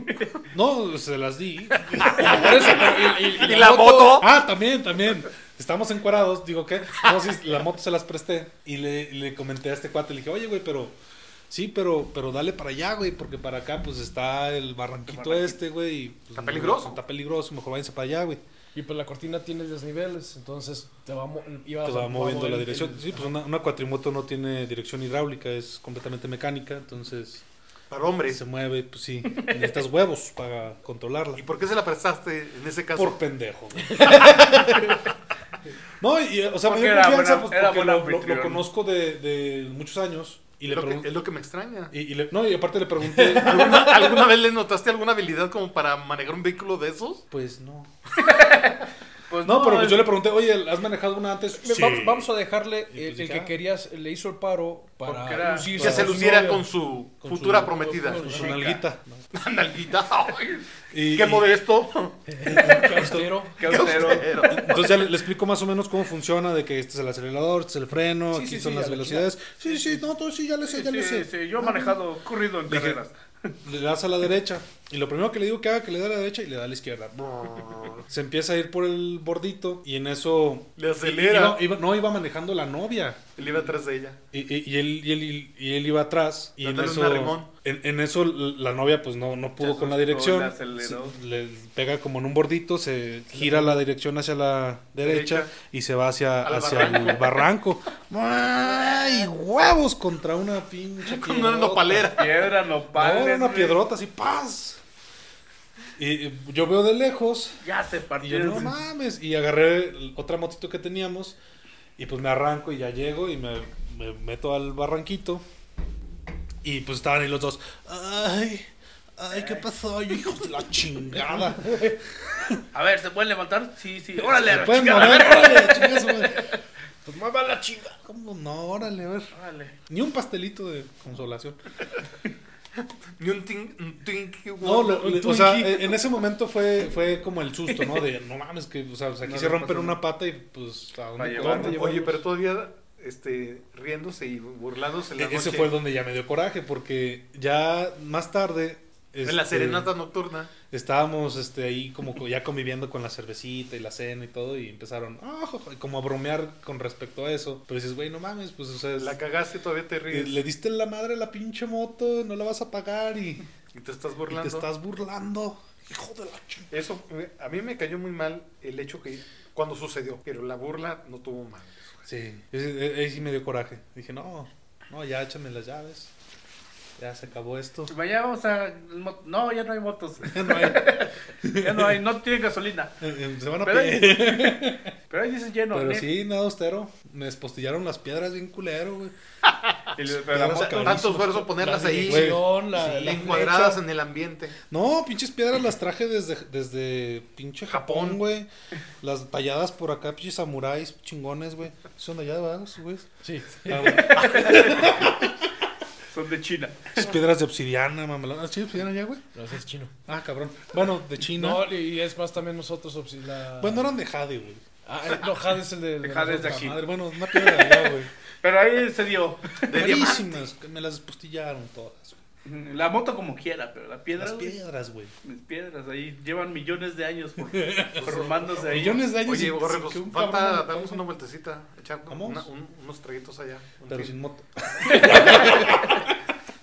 No, se las di.
Por eso, pero y- y- y
¿Y la moto?
Ah, también, también. Estamos encuerados, digo que. No, sí, la moto se las presté y le, le comenté a este cuate, le dije, oye, güey, pero. Sí, pero, pero dale para allá, güey, porque para acá pues está el barranquito,
Barranquito.
este, güey. y, pues,
Está
no,
peligroso.
Está peligroso, mejor váyanse para allá, güey.
Y pues la cortina tiene desniveles, entonces te va, mo- iba-
Te va
va
moviendo
mover
la
el-
dirección.
el-
Sí, pues una, una cuatrimoto no tiene dirección hidráulica, es completamente mecánica, entonces
Para hombres.
se mueve, pues sí, necesitas huevos para controlarla.
¿Y por qué se la prestaste en ese caso?
Por pendejo. güey. no, y, o sea,
Porque
me dio
era
confianza
buena-
pues,
era
porque
buen
lo- lo,
anfitrión.
lo conozco de, de muchos años. Y le
Lo que-
pregunté.
es lo que me extraña.
Y, y le- no, y aparte le pregunté.
¿Alguna, alguna vez le notaste alguna habilidad como para manejar un vehículo de esos?
pues no.
Pues
No, pero pues,
es-
yo le pregunté, oye, ¿has manejado una antes?
Ve-
Sí.
Vamos, vamos a dejarle
pues
el, el
dije, ah.
que querías, le hizo el paro
Porque
para
era-
Que
lucirse
se
con su
luciera
novia.
con su
Con su-
futura prometida.
con
Pues,
su-
una nalguita.
Nalguita. ay,
Y-
Qué
y-
modesto.
Qué austero.
Qué austero.
Entonces ya le, le explico más o menos cómo funciona, de que este es el acelerador, este es el freno,
Sí,
aquí
sí,
son
sí,
las
a la
velocidades. Sí, sí, no, todo sí, ya le sé, ya le
Sí,
sé.
sí, yo he manejado, corrido en
Dije-
carreras.
Le das a la derecha. Y lo primero que le digo que haga, que le dé a la derecha y le da a la izquierda. Se empieza a ir por el bordito y en eso...
Le acelera.
iba- iba- no, iba manejando la novia.
Él iba atrás de ella.
Y, y- y él, y, él, y él iba atrás. Y en
Dándole un
eso,
arrimón.
en, en eso la novia pues no, no pudo
Se
con
asustó,
la
le
dirección.
aceleró.
Se- le pega como en un bordito, se gira la dirección hacia la derecha,
Derecha.
y se va hacia,
Al
hacia el barranco. ¡Ay, huevos! Contra una pinche...
Con una
piedrota.
nopalera.
Piedra,
No,
nopal.
era una piedrota así, ¡paz! Y eh, yo veo de lejos
Ya se
y yo, no
partieron.
mames. Y agarré el- otra motito que teníamos. Y pues me arranco y ya llego y me, me meto al barranquito. Y pues estaban ahí los dos. Ay, ay, ¿qué pasó? Yo, hijo de la chingada.
A ver, ¿se pueden levantar? Sí, sí. Órale, a
¿Me
la
pueden
chingada, a
mover?
ver,
Órale, chinga su madre. Pues más va la chinga. ¿Cómo no? Órale, a ver.
órale.
Ni un pastelito de consolación.
Ni un tin- un Twinkie.
No,
un-
lo-
un
le- o sea,
Twinkie.
eh, en ese momento fue, fue como el susto, ¿no? De no mames, que o sea, pues, aquí
No
se
le
rompen
pasa
una pata y pues a
Pa'
dónde
llevar,
dónde
¿no?
llevamos?
Oye, pero todavía este, riéndose y burlándose en la
E- Ese
noche.
fue donde ya me dio coraje, porque ya más tarde.
En la
este,
serenata nocturna.
Estábamos este, ahí como co- ya conviviendo con la cervecita y la cena y todo, y empezaron ah, jo, jo, como a bromear con respecto a eso. Pero dices, güey, no mames, pues o sea, es-
La cagaste todavía te
eh,
ríes.
le diste la madre a la pinche moto, no la vas a pagar y, y
Y te estás
te
burlando.
estás burlando. Hijo de la chingada.
Eso, eh, a mí me cayó muy mal el hecho que cuando sucedió, pero la burla no tuvo mal.
Sí, ese- eh, ahí sí me dio coraje. Dije, no, no, ya échame las llaves. Ya se acabó esto.
Mañana vamos Pues, a. No, ya no hay motos.
Ya no hay-
Ya no hay, no tiene gasolina.
eh, se van a
Pero-
pie.
Pero ahí dices lleno.
Pero
¿eh?
sí, nada austero. Me despostillaron las piedras bien culero, güey.
Y le- pero la
Pero, o sea,
moto-
Tanto esfuerzo ponerlas
La
ahí,
dirección, la,
sí,
la
encuadradas
flecha.
en el ambiente.
No, pinches piedras las traje desde, desde pinche Japón,
Japón.
güey. Las talladas por acá, pinches samuráis chingones, güey. Son allá, ¿verdad? güey?
Sí.
Ah, güey.
Son de China.
Esas piedras de obsidiana, mamalón. ¿Ah, sí, obsidiana ya, güey?
No, ese es chino.
Ah, cabrón. Bueno, de China.
No, y es más también nosotros. obsi- La...
Bueno, eran de jade, güey.
Ah, eh, no, Jade es el de.
Jade es de
La
aquí.
Madre, bueno, una piedra de allá, güey.
Pero ahí se dio.
Carísimas, que me las despostillaron todas. güey.
La moto como quiera, pero la piedra.
Las
güey,
piedras, güey.
Mis piedras ahí llevan millones de años por- formándose ahí.
Millones de años
Oye,
sin-
Borre,
sin
pues
que un cabrón
falta
lo
darnos
toque,
una vueltecita, echar
Vamos.
una- un- unos traguitos allá. un
Pero
fin.
sin moto.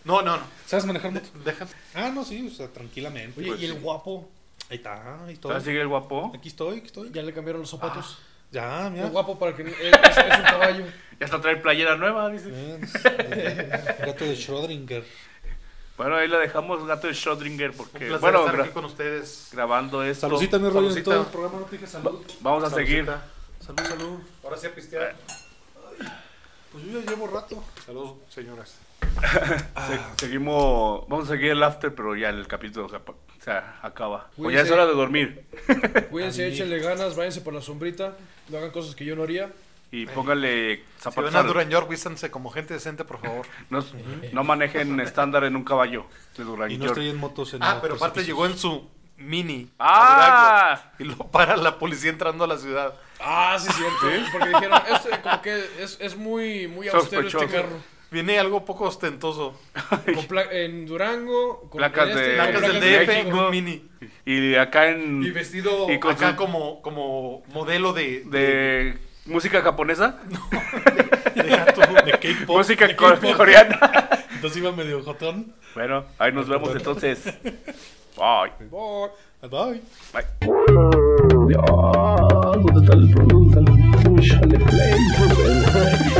No, no, no.
¿Sabes manejar moto?
Déjame.
Eh,
Ah, no, sí, o sea, tranquilamente. Oye,
Pues
y el
sí.
guapo. Ahí está, ahí estoy.
¿Todavía sigue el guapo?
Aquí estoy, aquí estoy.
Ya le cambiaron los zapatos.
Ya, mira.
Es guapo para que. Es, es- es un caballo.
Ya hasta trae playera nueva, dice.
Eh, el Gato de Schrödinger.
Bueno, ahí la dejamos, gato de Schrödinger,
Un
porque,
placer
bueno,
estar
gra-
aquí con ustedes.
grabando esto,
Saludcita, mi rollo. En
Saludcita.
todo el programa no te dije salud.
vamos a seguir. Eh.
Saludcita.
Salud, salud.
Ahora sí a pistear.
Pues yo ya llevo rato.
Saludos, señoras.
Se- seguimos, vamos a seguir el after, pero ya el capítulo se, apa- se acaba. O ya
Cuídense.
es hora de dormir.
Cuídense,
Amigo.
échenle ganas, váyanse por la sombrita. No hagan cosas que yo no haría.
Y póngale
Si
zapatos.
van a
al-
Duran York, vístanse como gente decente, por favor.
no, no manejen estándar en un caballo de Durango.
Y no pues estoy en motos en
Ah,
los
pero aparte
precipicios.
llegó en su mini. a
¡Ah!
Durango, Y lo para la policía entrando a la ciudad.
Ah, sí, es cierto. Porque dijeron, es, eh, como que es, es muy, muy austero este
Sospechoso.
carro.
Viene algo poco ostentoso.
Con pla- en Durango, con
Placas
este,
de-
con
Placas del
de
DF en
México.
un mini.
Y acá en.
Y vestido
y con
acá
su-
como, como modelo de...
de música japonesa,
Deja tú.
De K-pop.
música
de
cor-
K-pop.
coreana.
Entonces iba medio jotón.
Bueno, ahí nos vemos entonces. Bye.
Bye.
Bye bye.
Dios, ¿dónde está el, dónde está el, push, el play?